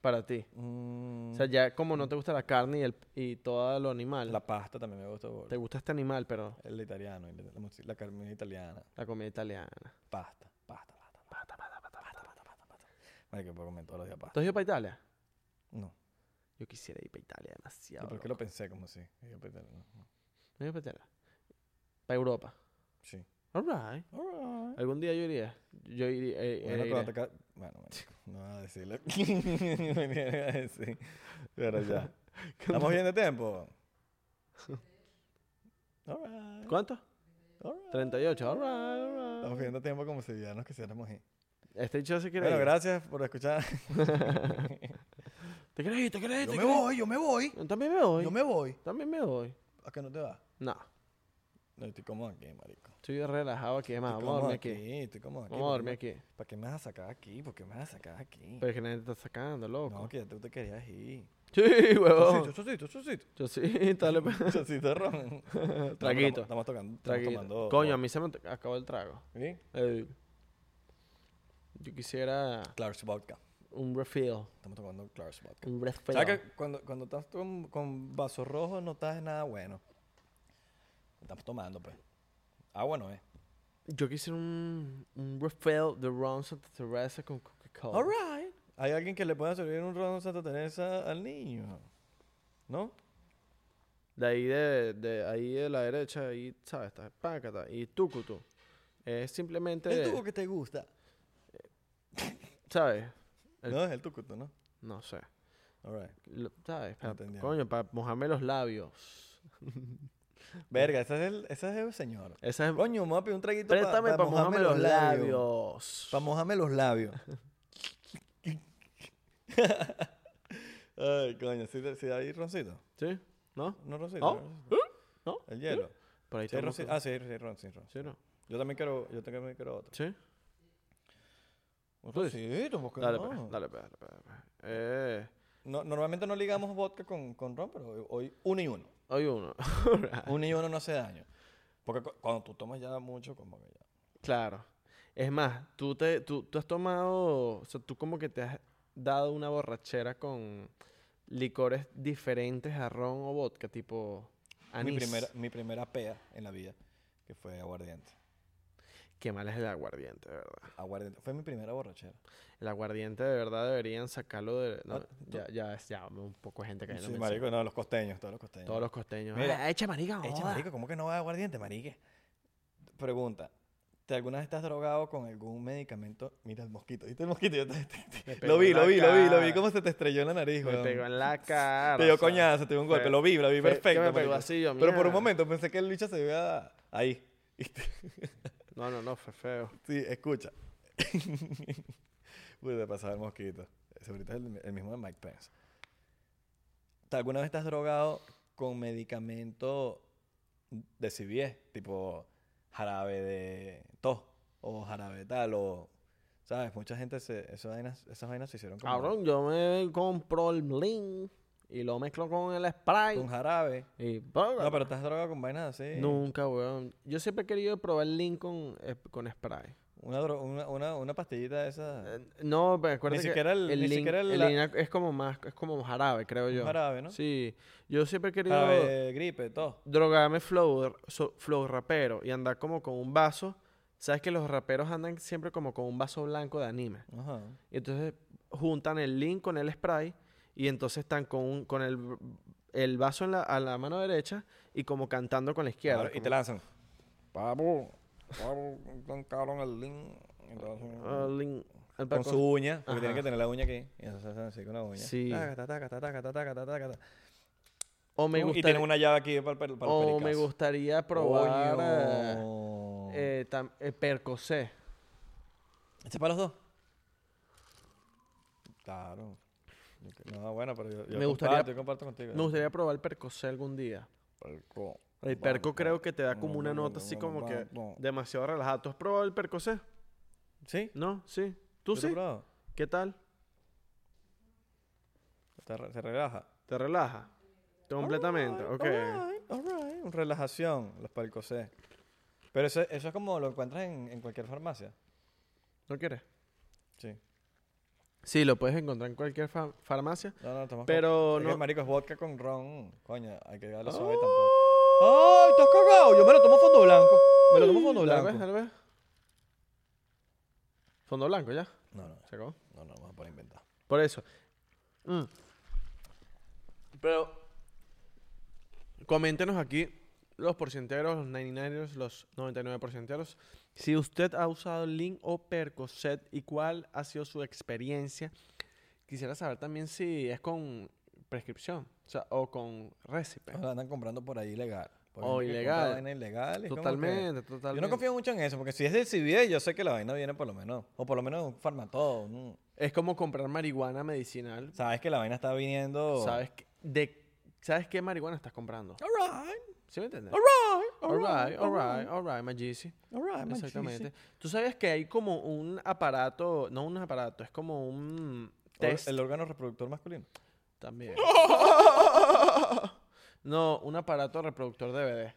Speaker 2: para ti.
Speaker 1: Mm,
Speaker 2: O sea, ya como no te gusta la carne y, el, y todo lo animal,
Speaker 1: La pasta también me gusta burda.
Speaker 2: te gusta este animal, pero
Speaker 1: El italiano, el- la, mus- la carne italiana,
Speaker 2: la comida italiana.
Speaker 1: pasta, pasta, pasta, pasta, pasta, pasta, pasta, pasta, pasta, pasta. Marico, puedo comer todos los días
Speaker 2: ¿Tú
Speaker 1: pasta.
Speaker 2: has ido para Italia?
Speaker 1: No,
Speaker 2: Yo quisiera ir para Italia demasiado.
Speaker 1: ¿por
Speaker 2: loco.
Speaker 1: qué lo pensé como si? Yo pensé, no, no.
Speaker 2: ¿No has ido para Italia? Para Europa.
Speaker 1: Sí.
Speaker 2: All right.
Speaker 1: Alright.
Speaker 2: Algún día yo iría. Yo iría. eh, eh,
Speaker 1: Bueno,
Speaker 2: iré.
Speaker 1: cuando te ca- bueno, marico, no vas a decirlo. No iba a decir. Pero ya. ¿Estamos bien de tiempo? Alright.
Speaker 2: ¿Cuánto?
Speaker 1: alright.
Speaker 2: 38. All right, all
Speaker 1: Estamos
Speaker 2: right.
Speaker 1: bien de tiempo como si ya nos quisiéramos ir.
Speaker 2: Este chico se quiere
Speaker 1: Bueno,
Speaker 2: ir.
Speaker 1: gracias por escuchar.
Speaker 2: ¿Te quieres ir? ¿Te quieres ir?
Speaker 3: Yo
Speaker 2: ¿Te quieres
Speaker 3: me
Speaker 2: ir?
Speaker 3: voy, yo me voy.
Speaker 2: También me voy.
Speaker 3: Yo me voy.
Speaker 2: También me voy.
Speaker 1: ¿A qué no te vas?
Speaker 2: No.
Speaker 1: No, estoy cómodo aquí, marico.
Speaker 2: Estoy relajado aquí. Además,
Speaker 1: Estoy
Speaker 2: vamos a
Speaker 1: cómodo
Speaker 2: dormir aquí.
Speaker 1: Estoy cómodo aquí.
Speaker 2: Vamos a
Speaker 1: ¿por
Speaker 2: dormir
Speaker 1: qué me-
Speaker 2: aquí.
Speaker 1: ¿Para qué me vas a sacar aquí? ¿Por qué me vas a sacar aquí?
Speaker 2: Pero es que nadie te está sacando, loco.
Speaker 1: No, que ya tú te querías ir.
Speaker 2: Sí, huevón.
Speaker 1: Chocito, chocito, chocito.
Speaker 2: Yo sí, dale. pues.
Speaker 1: Chocito de ron. Estamos-
Speaker 2: Traguito.
Speaker 1: Estamos tocando. estamos
Speaker 2: Traguito.
Speaker 1: tomando-
Speaker 2: Coño, a mí se me to- acabó el trago.
Speaker 1: ¿Sí?
Speaker 2: Ey. Yo quisiera
Speaker 1: Clark's Vodka.
Speaker 2: un refill.
Speaker 1: Estamos tocando Clark's Vodka.
Speaker 2: Un refill.
Speaker 1: ¿Sabes que cuando, cuando estás con, con vaso rojo no estás nada bueno? Estamos tomando, pues. Ah, bueno, eh.
Speaker 2: Yo quisiera un, un refill de Ron Santa Teresa con Coca-Cola.
Speaker 1: Alright. Hay alguien que le pueda servir un ron Santa Teresa al niño. ¿No?
Speaker 2: De ahí de, de ahí de la derecha, ahí, ¿sabes? Está Pácata y Tucutu. Es simplemente,
Speaker 1: El tuco que te gusta.
Speaker 2: ¿sabes? El-
Speaker 1: No, es el tucuto, ¿no?
Speaker 2: No sé.
Speaker 1: Alright.
Speaker 2: Lo- ¿Sabes? Pa-
Speaker 1: Entendí.
Speaker 2: coño, para mojarme los labios.
Speaker 1: Verga, ese es el, ese es el señor.
Speaker 2: Esa es...
Speaker 1: Coño, me voy a pedir un traguito para
Speaker 2: Préstame para mojarme los labios.
Speaker 1: Para mojarme los labios. Ay, coño, si hay roncito?
Speaker 2: ¿Sí? ¿No?
Speaker 1: No roncito.
Speaker 2: ¿No? ¿Eh?
Speaker 1: no roncito.
Speaker 2: ¿No?
Speaker 1: El hielo.
Speaker 2: Por ahí
Speaker 1: Sí, hay
Speaker 2: tenemos-
Speaker 1: roncito. Ah, sí, hay- sí, hay ron, sí, hay ron.
Speaker 2: ¿Sí o no?
Speaker 1: Yo también quiero, yo también quiero otro.
Speaker 2: ¿Sí?
Speaker 1: Un
Speaker 2: ¿Tú dices?
Speaker 1: roncito, ¿por qué
Speaker 2: Pues, Dale,
Speaker 1: no?
Speaker 2: pues, dale, pues, dale, pues, dale, pues. Eh,
Speaker 1: No, Normalmente no ligamos vodka con, con ron, pero hoy, hoy uno y uno.
Speaker 2: hay uno. Ah.
Speaker 1: Uno y uno no hace daño. Porque cu- cuando tú tomas ya mucho, como que ya.
Speaker 2: claro. Es más, tú, te, tú, tú has tomado, o sea, tú como que te has dado una borrachera con licores diferentes a ron o vodka, tipo anís.
Speaker 1: Mi primera, mi primera pea en la vida, que fue aguardiente.
Speaker 2: Qué mal es el aguardiente, de verdad.
Speaker 1: Aguardiente. Fue mi primera borrachera.
Speaker 2: El aguardiente de verdad deberían sacarlo de... no,
Speaker 1: Ah, tú-
Speaker 2: ya, ya, es- ya, un poco de gente que
Speaker 1: Sí, marico, no, los costeños, todos los costeños.
Speaker 2: Todos los costeños.
Speaker 1: Mira,
Speaker 2: "Ah, echa marica,
Speaker 1: Eche,
Speaker 2: joda".
Speaker 1: marico, ¿cómo que no va a aguardiente, marique? Pregunta. ¿Te alguna vez estás drogado con algún medicamento? Mira el mosquito, ¿viste el mosquito? Yo te- te- te-
Speaker 2: Me pegó
Speaker 1: lo vi,
Speaker 2: en
Speaker 1: lo
Speaker 2: la
Speaker 1: vi, lo vi, lo vi.
Speaker 2: cara.
Speaker 1: ¿Cómo se te estrelló en la nariz,
Speaker 2: Me
Speaker 1: weón?
Speaker 2: pegó en la cara.
Speaker 1: Te dio
Speaker 2: o sea,
Speaker 1: coñazo, te dio un golpe.
Speaker 2: fue-
Speaker 1: lo vi, lo vi
Speaker 2: fue- que
Speaker 1: perfecto.
Speaker 2: me pegó
Speaker 1: marico.
Speaker 2: así, yo,
Speaker 1: Pero por un
Speaker 2: mierda.
Speaker 1: momento pensé que el bicho se iba ahí.
Speaker 2: No, no, no, fue feo.
Speaker 1: Sí, escucha. Uy, de pasar el mosquito. Ese ahorita es el, el mismo de Mike Pence. ¿Te- ¿Alguna vez estás drogado con medicamento de CBS? Tipo jarabe de tos o jarabe de tal o... ¿Sabes? Mucha gente se... Esas vainas, esas vainas se hicieron como-
Speaker 2: Cabrón, yo me compro el bling y lo mezclo con el spray.
Speaker 1: con jarabe.
Speaker 2: Y
Speaker 1: No, pero estás drogado con vainas así.
Speaker 2: Nunca, weón. Yo siempre he querido probar el link con, eh, con spray.
Speaker 1: Una, dro- una, una, una pastillita de esa...
Speaker 2: Eh, No, pero acuérdate que
Speaker 1: siquiera el- ni
Speaker 2: Link-
Speaker 1: siquiera el-
Speaker 2: el
Speaker 1: la-
Speaker 2: Link es como más, es como jarabe, creo yo.
Speaker 1: jarabe, ¿no?
Speaker 2: Sí. Yo siempre he querido
Speaker 1: Jarabe de gripe, tos.
Speaker 2: drogarme flow, so- flow rapero y andar como con un vaso. Sabes que los raperos andan siempre como con un vaso blanco de anime.
Speaker 1: Ajá.
Speaker 2: Y entonces juntan el link con el spray y entonces están con, un- con el, el vaso en la, a la mano derecha y como cantando con la izquierda.
Speaker 1: Claro, y
Speaker 2: como,
Speaker 1: te lanzan.
Speaker 3: Pablo, Pablo, tan cabrón el link. Entonces,
Speaker 2: "Ah, link, el
Speaker 1: Con
Speaker 2: Paco".
Speaker 1: su uña, porque tienen
Speaker 2: Ajá.
Speaker 1: que tener la uña aquí. Y entonces hacen así con la uña.
Speaker 2: Sí.
Speaker 1: Taca, ta, taca, ta, taca, ta, taca, ta, taca, ta.
Speaker 2: O me
Speaker 1: Uh, Y
Speaker 2: gustaría,
Speaker 1: tienen una llave aquí para el, per- para el
Speaker 2: o
Speaker 1: pericazo.
Speaker 2: me gustaría probar eh,
Speaker 1: Coño.
Speaker 2: eh, tam- eh, Percocet.
Speaker 1: ¿Este es para los dos? Claro. Yo que- No, bueno, pero yo, yo
Speaker 2: Me gustaría-
Speaker 1: comparto, yo comparto contigo.
Speaker 2: Me gustaría probar el Percocet algún día.
Speaker 1: Perco.
Speaker 2: El perco creo que te da como una nota así como que demasiado relajada. ¿Tú has probado el percocet?
Speaker 1: ¿Sí?
Speaker 2: ¿No? Sí.
Speaker 1: ¿Yo
Speaker 2: ¿Tú
Speaker 1: te he
Speaker 2: sí?
Speaker 1: probado.
Speaker 2: ¿Qué tal?
Speaker 1: Te re- Se relaja.
Speaker 2: ¿Te relaja? Completamente.
Speaker 1: Alright,
Speaker 2: Ok.
Speaker 1: alright, alright. Un Relajación, los palcosés. Pero eso, eso es como lo encuentras en, en cualquier farmacia.
Speaker 2: ¿No quieres?
Speaker 1: Sí.
Speaker 2: Sí, lo puedes encontrar en cualquier fa- farmacia.
Speaker 1: No, no, estamos
Speaker 2: Pero
Speaker 1: Es que,
Speaker 2: no. Ah.
Speaker 1: marico, es vodka con ron. Coño, hay que darle suave tampoco. ¡Ay, estás cagado! Yo me lo tomo fondo blanco. Me lo tomo fondo
Speaker 2: Tal vez,
Speaker 1: blanco.
Speaker 2: tal vez. Fondo blanco ya.
Speaker 1: No, no,
Speaker 2: Se acabó.
Speaker 1: no, no, vamos a poner inventar.
Speaker 2: Por eso. Mm. Pero coméntenos aquí los porcenteros, los 99ers, los 99 porcenteros. Si usted ha usado Link o Percocet y cuál ha sido su experiencia. Quisiera saber también si es con prescripción, o sea, o con récipe.
Speaker 1: Ahora Pues andan comprando por ahí ilegal. Por
Speaker 2: O
Speaker 1: ejemplo, que
Speaker 2: Oh, ilegal.
Speaker 1: compra vaina ilegal. y es como que-
Speaker 2: Totalmente,
Speaker 1: Yo
Speaker 2: totalmente.
Speaker 1: no confío mucho en eso, porque si es de CBD, yo sé que la vaina viene por lo menos, o por lo menos un farmatodo. un-
Speaker 2: Es como comprar marihuana medicinal.
Speaker 1: Sabes que la vaina está viniendo.
Speaker 2: ¿Sabes, qué- de, ¿Sabes qué marihuana estás comprando?
Speaker 1: All right,
Speaker 2: ¿Sí me entiendes?
Speaker 1: all right, Oh. all
Speaker 2: Alright,
Speaker 1: right, all right.
Speaker 2: alright, alright, my Jeezy.
Speaker 1: All right, man, sí,
Speaker 2: Exactamente.
Speaker 1: sí.
Speaker 2: Tú sabías que hay como un aparato, no un aparato, es como un
Speaker 1: Or-
Speaker 2: test
Speaker 1: El órgano reproductor masculino.
Speaker 2: también. No, un aparato reproductor DVD.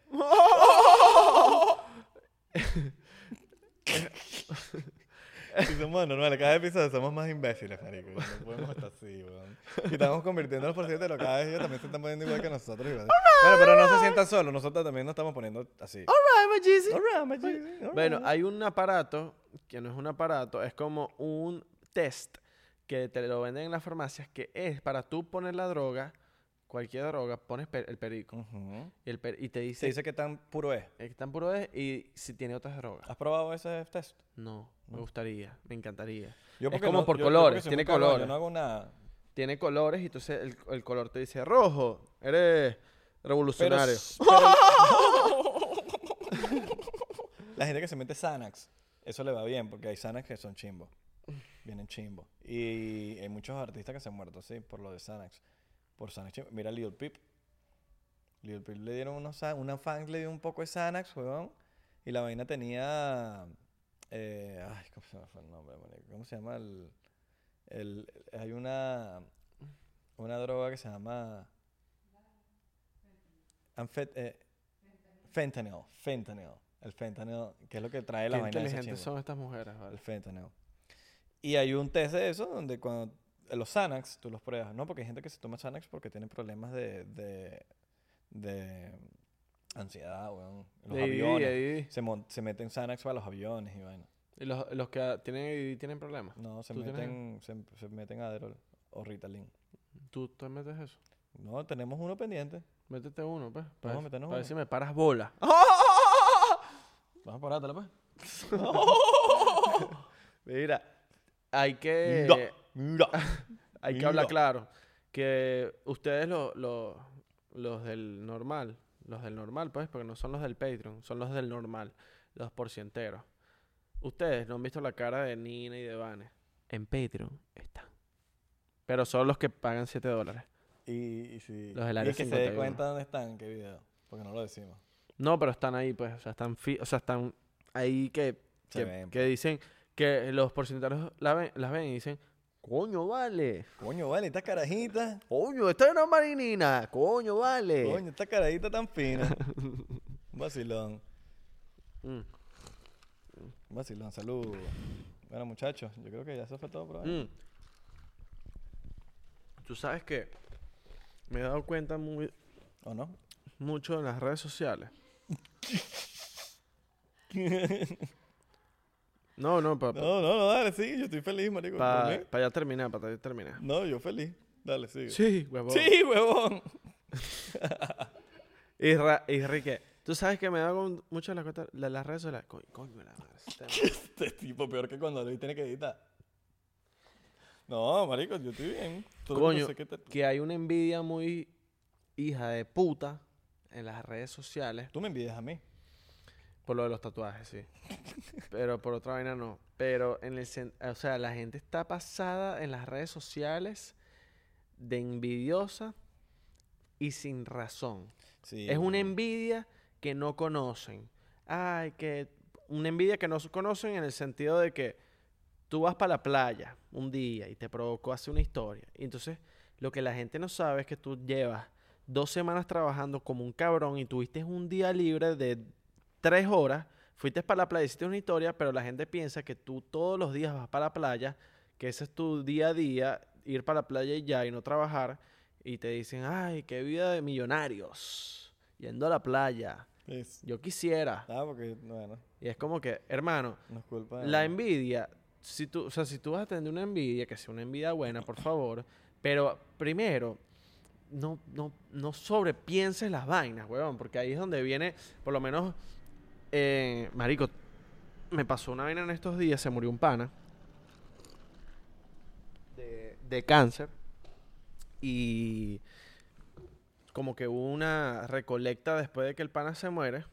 Speaker 1: Si somos anormales, cada episodio somos más imbéciles, marico. No podemos estar así, weón. Y estamos convirtiéndonos por cierto, cada vez ellos también se están poniendo igual que nosotros. igual. Bueno, pero no se sientan solos, nosotros también nos estamos poniendo así.
Speaker 2: Alright, my Jeezy.
Speaker 1: All right, my G, all
Speaker 2: Bueno,
Speaker 1: right.
Speaker 2: hay un aparato, que no es un aparato, es como un test que te lo venden en las farmacias, que es para tú poner la droga, cualquier droga, pones per- el perico.
Speaker 1: Ujú.
Speaker 2: Y, el per- y te
Speaker 1: Se
Speaker 2: dice
Speaker 1: dice que tan puro es.
Speaker 2: eh, qué tan puro es y si tiene otras drogas.
Speaker 1: ¿Has probado ese test?
Speaker 2: No, me
Speaker 1: Mm.
Speaker 2: gustaría, me encantaría.
Speaker 1: Yo
Speaker 2: Es
Speaker 1: porque
Speaker 2: como por
Speaker 1: yo- yo porque
Speaker 2: colores,
Speaker 1: soy
Speaker 2: tiene
Speaker 1: muy cagado,
Speaker 2: colores.
Speaker 1: Yo no hago nada.
Speaker 2: Tiene colores y entonces el, el color te dice rojo, eres revolucionario.
Speaker 1: La gente que se mete Xanax, eso le va bien, porque hay Xanax que son chimbos. Vienen chimbos. Y hay muchos artistas que se han muerto, sí, por lo de Xanax. Por Xanax chimbo. Mira Lil Peep. Lil Peep le dieron unos Xa- una fan le dio un poco de Xanax, weón. Y la vaina tenía... eh, ay, ¿cómo se me fue el nombre, marico? ¿Cómo se llama el...? el- hay una... Una droga que se llama... Anfet- eh, fentanyl, fentanyl. El fentanyl, que es lo que trae
Speaker 2: Qué
Speaker 1: la vaina de ese
Speaker 2: inteligentes
Speaker 1: chimbo.
Speaker 2: son estas mujeres,
Speaker 1: El
Speaker 2: ¿vale?
Speaker 1: fentanyl. Y hay un test de eso donde cuando eh, los Xanax tú los pruebas, ¿no? Porque hay gente que se toma Xanax porque tiene problemas de, de, de ansiedad, weón. Los
Speaker 2: De ADD,
Speaker 1: aviones.
Speaker 2: ADD.
Speaker 1: Se, mon- se meten Xanax para los aviones y vaina.
Speaker 2: Y los, los que tienen, tienen problemas.
Speaker 1: No, se
Speaker 2: ¿Tú tienes-
Speaker 1: meten, se, se meten Adderall o Ritalin.
Speaker 2: ¿Tú te metes eso?
Speaker 1: No, tenemos uno pendiente.
Speaker 2: Métete uno, pues.
Speaker 1: Vamos a
Speaker 2: ver-
Speaker 1: meternos
Speaker 2: para ver
Speaker 1: uno. Ah.
Speaker 2: si me paras bola.
Speaker 1: Vamos a parártela, pues.
Speaker 2: Mira, hay que,
Speaker 1: Mira, mira.
Speaker 2: hay que
Speaker 1: mira.
Speaker 2: hablar claro. Que ustedes, lo- lo- los del normal, los del normal, pues, porque no son los del Patreon, son los del normal, los porcienteros. Ustedes no han visto la cara de Nina y de Vane. En Patreon están. Pero son los que pagan 7 dólares.
Speaker 1: Y, y si-
Speaker 2: Los del
Speaker 1: y
Speaker 2: área
Speaker 1: que se dé
Speaker 2: 51.
Speaker 1: cuenta dónde están, qué video. Porque no lo decimos.
Speaker 2: No, pero están ahí, pues. O sea, están, fi- o sea, están ahí que,
Speaker 1: Se
Speaker 2: que,
Speaker 1: ven, pues.
Speaker 2: que dicen que los porcenteros la ven- las ven y dicen, coño, vale.
Speaker 1: Coño, vale, estas carajitas.
Speaker 2: Coño, esta es una marinina. Coño, vale.
Speaker 1: Coño, esta caradita tan fina. Un Vacilón.
Speaker 2: Mm,
Speaker 1: un Vacilón, salud. Bueno, muchachos, yo creo que ya eso fue todo por hoy.
Speaker 2: mm. Tú sabes que me he dado cuenta muy,
Speaker 1: ¿O no?
Speaker 2: mucho en las redes sociales. No, no, para
Speaker 1: No, no, no, dale, sigue. Yo estoy feliz, marico. por mí.
Speaker 2: ya terminar, para ya terminar.
Speaker 1: No, yo feliz. Dale, sigue.
Speaker 2: Sí, huevón.
Speaker 1: Sí, huevón.
Speaker 2: Y, Ra- y Enrique, tú sabes que me da con mucho las cuentas, la- las redes sociales. Coño, coño, la madre. este man.
Speaker 1: Este tipo peor que cuando Luis tiene que editar. No, marico, yo estoy bien. Solo que
Speaker 2: Coño,
Speaker 1: sé que te-
Speaker 2: que hay una envidia muy hija de puta en las redes sociales
Speaker 1: Tú me envidias a mí.
Speaker 2: por lo de los tatuajes, sí. Pero por otra vaina no. Pero en el sen- o sea, la gente está pasada en las redes sociales de envidiosa y sin razón.
Speaker 1: Sí.
Speaker 2: Es una
Speaker 1: huevón.
Speaker 2: envidia que no conocen. Ay, que una envidia que no se conocen en el sentido de que tú vas para la playa un día y te provocó hacer una historia. Y entonces lo que la gente no sabe es que tú llevas dos semanas trabajando como un cabrón y tuviste un día libre de tres horas. Fuiste para la playa, hiciste una historia, pero la gente piensa que tú todos los días vas para la playa, que ese es tu día a día, ir para la playa y ya, y no trabajar. Y te dicen, ay, qué vida de millonarios, yendo a la playa,
Speaker 1: Es-
Speaker 2: yo quisiera.
Speaker 1: Ah, porque, bueno,
Speaker 2: Y es como que, hermano,
Speaker 1: no es culpa. de
Speaker 2: la
Speaker 1: nadie.
Speaker 2: envidia, si tú, o sea, si tú vas a tener una envidia, que sea una envidia buena, por favor, pero primero, no, no, no sobrepienses las vainas, weón, porque ahí es donde viene, por lo menos, eh, marico, me pasó una vaina en estos días, se murió un pana de, de cáncer y como que hubo una recolecta después de que el pana se muere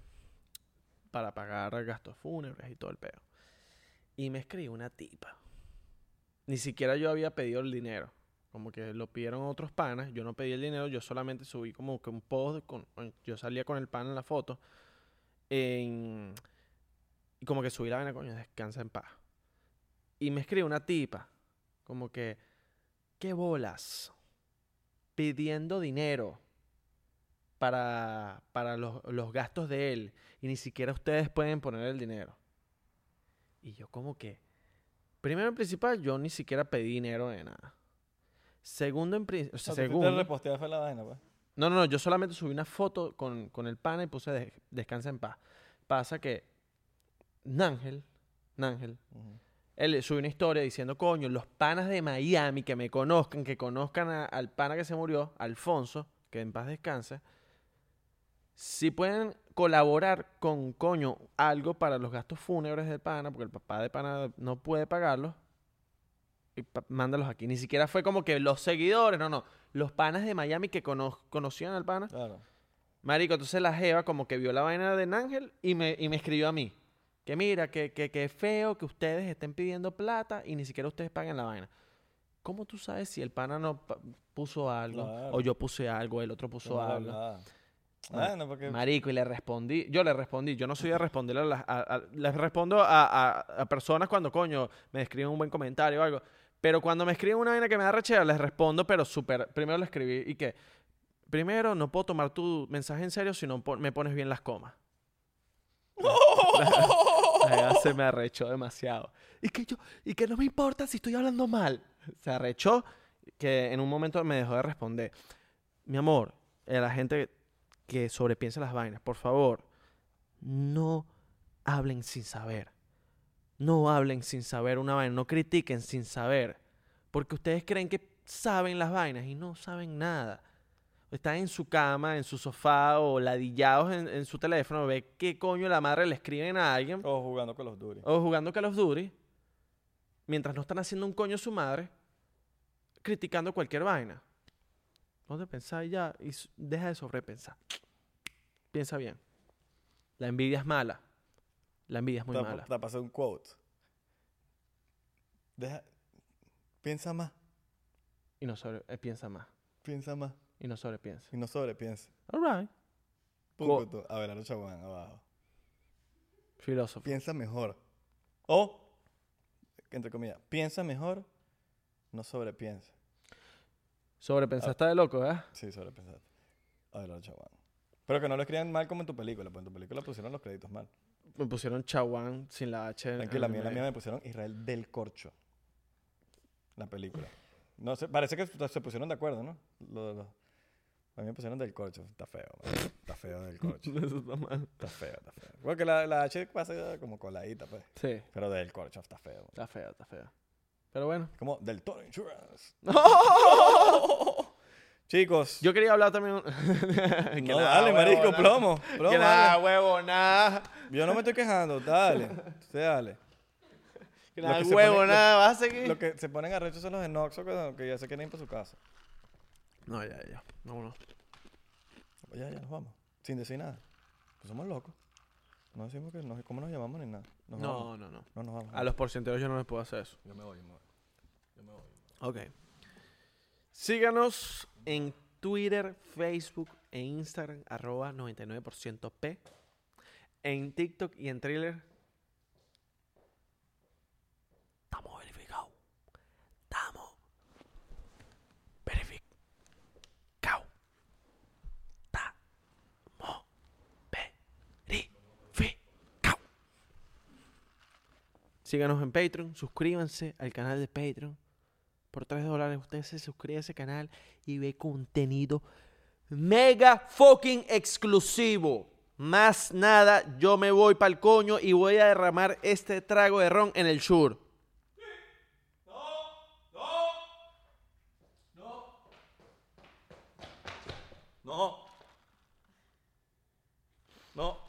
Speaker 2: para pagar gastos fúnebres y todo el pedo. Y me escribió una tipa. Ni siquiera yo había pedido el dinero. Como que lo pidieron otros panas. Yo no pedí el dinero. Yo solamente subí como que un post. Con, con- yo salía con el pan en la foto. en- y como que subí la vaina, coño, descansa en paz. Y me escribe una tipa. Como que, ¿qué bolas? Pidiendo dinero para, para los, los gastos de él. Y ni siquiera ustedes pueden poner el dinero. Y yo como que, Primero en principal, yo ni siquiera pedí dinero de nada. Segundo en principal, o sea, segundo-
Speaker 1: Te repostear fue la vaina, pues.
Speaker 2: No, no, no, yo solamente subí una foto con, con el pana y puse de- descansa en paz. Pasa que Nángel, Nángel,
Speaker 1: Ujú.
Speaker 2: él subió una historia diciendo, coño, los panas de Miami que me conozcan, que conozcan a- al pana que se murió, Alfonso, que en paz descanse, si pueden colaborar con, coño, algo para los gastos fúnebres del pana, porque el papá de pana no puede pagarlos, y pa- mándalos aquí. Ni siquiera fue como que los seguidores, no, no, los panas de Miami que cono- conocían al pana.
Speaker 1: Claro.
Speaker 2: Marico, entonces la Jeva como que vio la vaina de Nángel y me, y me escribió a mí. Que mira, que, que, que feo que ustedes estén pidiendo plata y ni siquiera ustedes paguen la vaina. ¿Cómo tú sabes si el pana no pa- puso algo?
Speaker 1: Claro.
Speaker 2: O yo puse algo, el otro puso
Speaker 1: Yo no le
Speaker 2: algo.
Speaker 1: hablaba.
Speaker 2: Mar-
Speaker 1: Ah, no, porque.
Speaker 2: Marico, y le respondí, yo le respondí, yo no soy de responderle a las, a- a- les respondo a, a- a personas cuando coño me escriben un buen comentario o algo, pero cuando me escriben una vaina que me da rechera, les respondo, pero súper, primero le escribí y que, primero no puedo tomar tu mensaje en serio si no pon- me pones bien las comas. La jeva se me arrechó demasiado. Y que yo, y que no me importa si estoy hablando mal. Se arrechó que en un momento me dejó de responder. Mi amor, a la gente que sobrepiensa las vainas, por favor, no hablen sin saber. No hablen sin saber una vaina, no critiquen sin saber. Porque ustedes creen que saben las vainas y no saben nada. Están en su cama, en su sofá o ladillados en, en su teléfono, ve qué coño la madre le escriben a alguien
Speaker 1: O jugando con los duros.
Speaker 2: o jugando Call of Duty, mientras no están haciendo un coño su madre, criticando cualquier vaina. Ponte a pensar y ya y s- deja de sobrepensar. Piensa bien. La envidia es mala. La envidia es muy
Speaker 1: Te
Speaker 2: mala.
Speaker 1: te pasé un quote. Deja. Piensa más.
Speaker 2: Y no sobre, eh, piensa más.
Speaker 1: Piensa más.
Speaker 2: Y no sobrepiensa.
Speaker 1: Y no sobrepiensa.
Speaker 2: All right. Quote.
Speaker 1: Punto. A ver, Chaguán, abajo.
Speaker 2: Filósofo.
Speaker 1: Piensa mejor. O, entre comillas, piensa mejor, no sobrepiensa.
Speaker 2: Sobrepensar está de loco, ¿eh?
Speaker 1: Sí, sobrepensaste. A ver, Chaguán. Pero que no lo escriban mal como en tu película, porque en tu película pusieron los créditos mal.
Speaker 2: Me pusieron chaguán sin la H. en-
Speaker 1: Tranquila, a
Speaker 2: en
Speaker 1: mí
Speaker 2: el
Speaker 1: en la mía
Speaker 2: medio.
Speaker 1: me pusieron Israel del Corcho. La película. No sé, parece que se pusieron de acuerdo, ¿no? Lo- lo- a mí me pusieron del Corcho. Está feo, man. Está feo del Corcho.
Speaker 2: Eso está mal.
Speaker 1: Está feo, está feo. Porque la, la H pasa como coladita, pues.
Speaker 2: Sí,
Speaker 1: Pero del Corcho está feo. man.
Speaker 2: está feo, está feo. Pero bueno.
Speaker 1: Como del Toro Insurance. Chicos.
Speaker 2: Yo quería hablar también. Que
Speaker 1: no,
Speaker 2: nada,
Speaker 1: dale,
Speaker 2: huevo,
Speaker 1: marico,
Speaker 2: nada.
Speaker 1: plomo. plomo,
Speaker 2: Que
Speaker 1: dale.
Speaker 2: nada, huevo, nada.
Speaker 1: Yo no me estoy quejando, dale. Usted dale.
Speaker 2: Que
Speaker 1: Lo
Speaker 2: nada,
Speaker 1: que se
Speaker 2: huevo,
Speaker 1: pone- lo-
Speaker 2: nada. ¿Vas a seguir?
Speaker 1: Lo que se ponen arrechos son los de Noxo que, que ya se quieren ir para su casa.
Speaker 2: No, ya, ya. No, no.
Speaker 1: Ya, ya nos vamos. Sin decir nada. Pues somos locos. No decimos que nos, cómo nos llamamos ni nada. Nos vamos.
Speaker 2: No, no, no.
Speaker 1: No nos vamos.
Speaker 2: A los porcenteros yo no les puedo hacer eso.
Speaker 1: Yo me voy, yo me voy.
Speaker 2: Ok. Síganos en Twitter, Facebook e Instagram, arroba 99% P. En TikTok y en Thriller. Estamos verificados. Estamos verificados. Estamos verificados. Síganos en Patreon, suscríbanse al canal de Patreon. Por 3 dólares usted se suscribe a ese canal y ve contenido mega fucking exclusivo. Más nada, yo me voy para el coño y voy a derramar este trago de ron en el sur.
Speaker 1: No. No.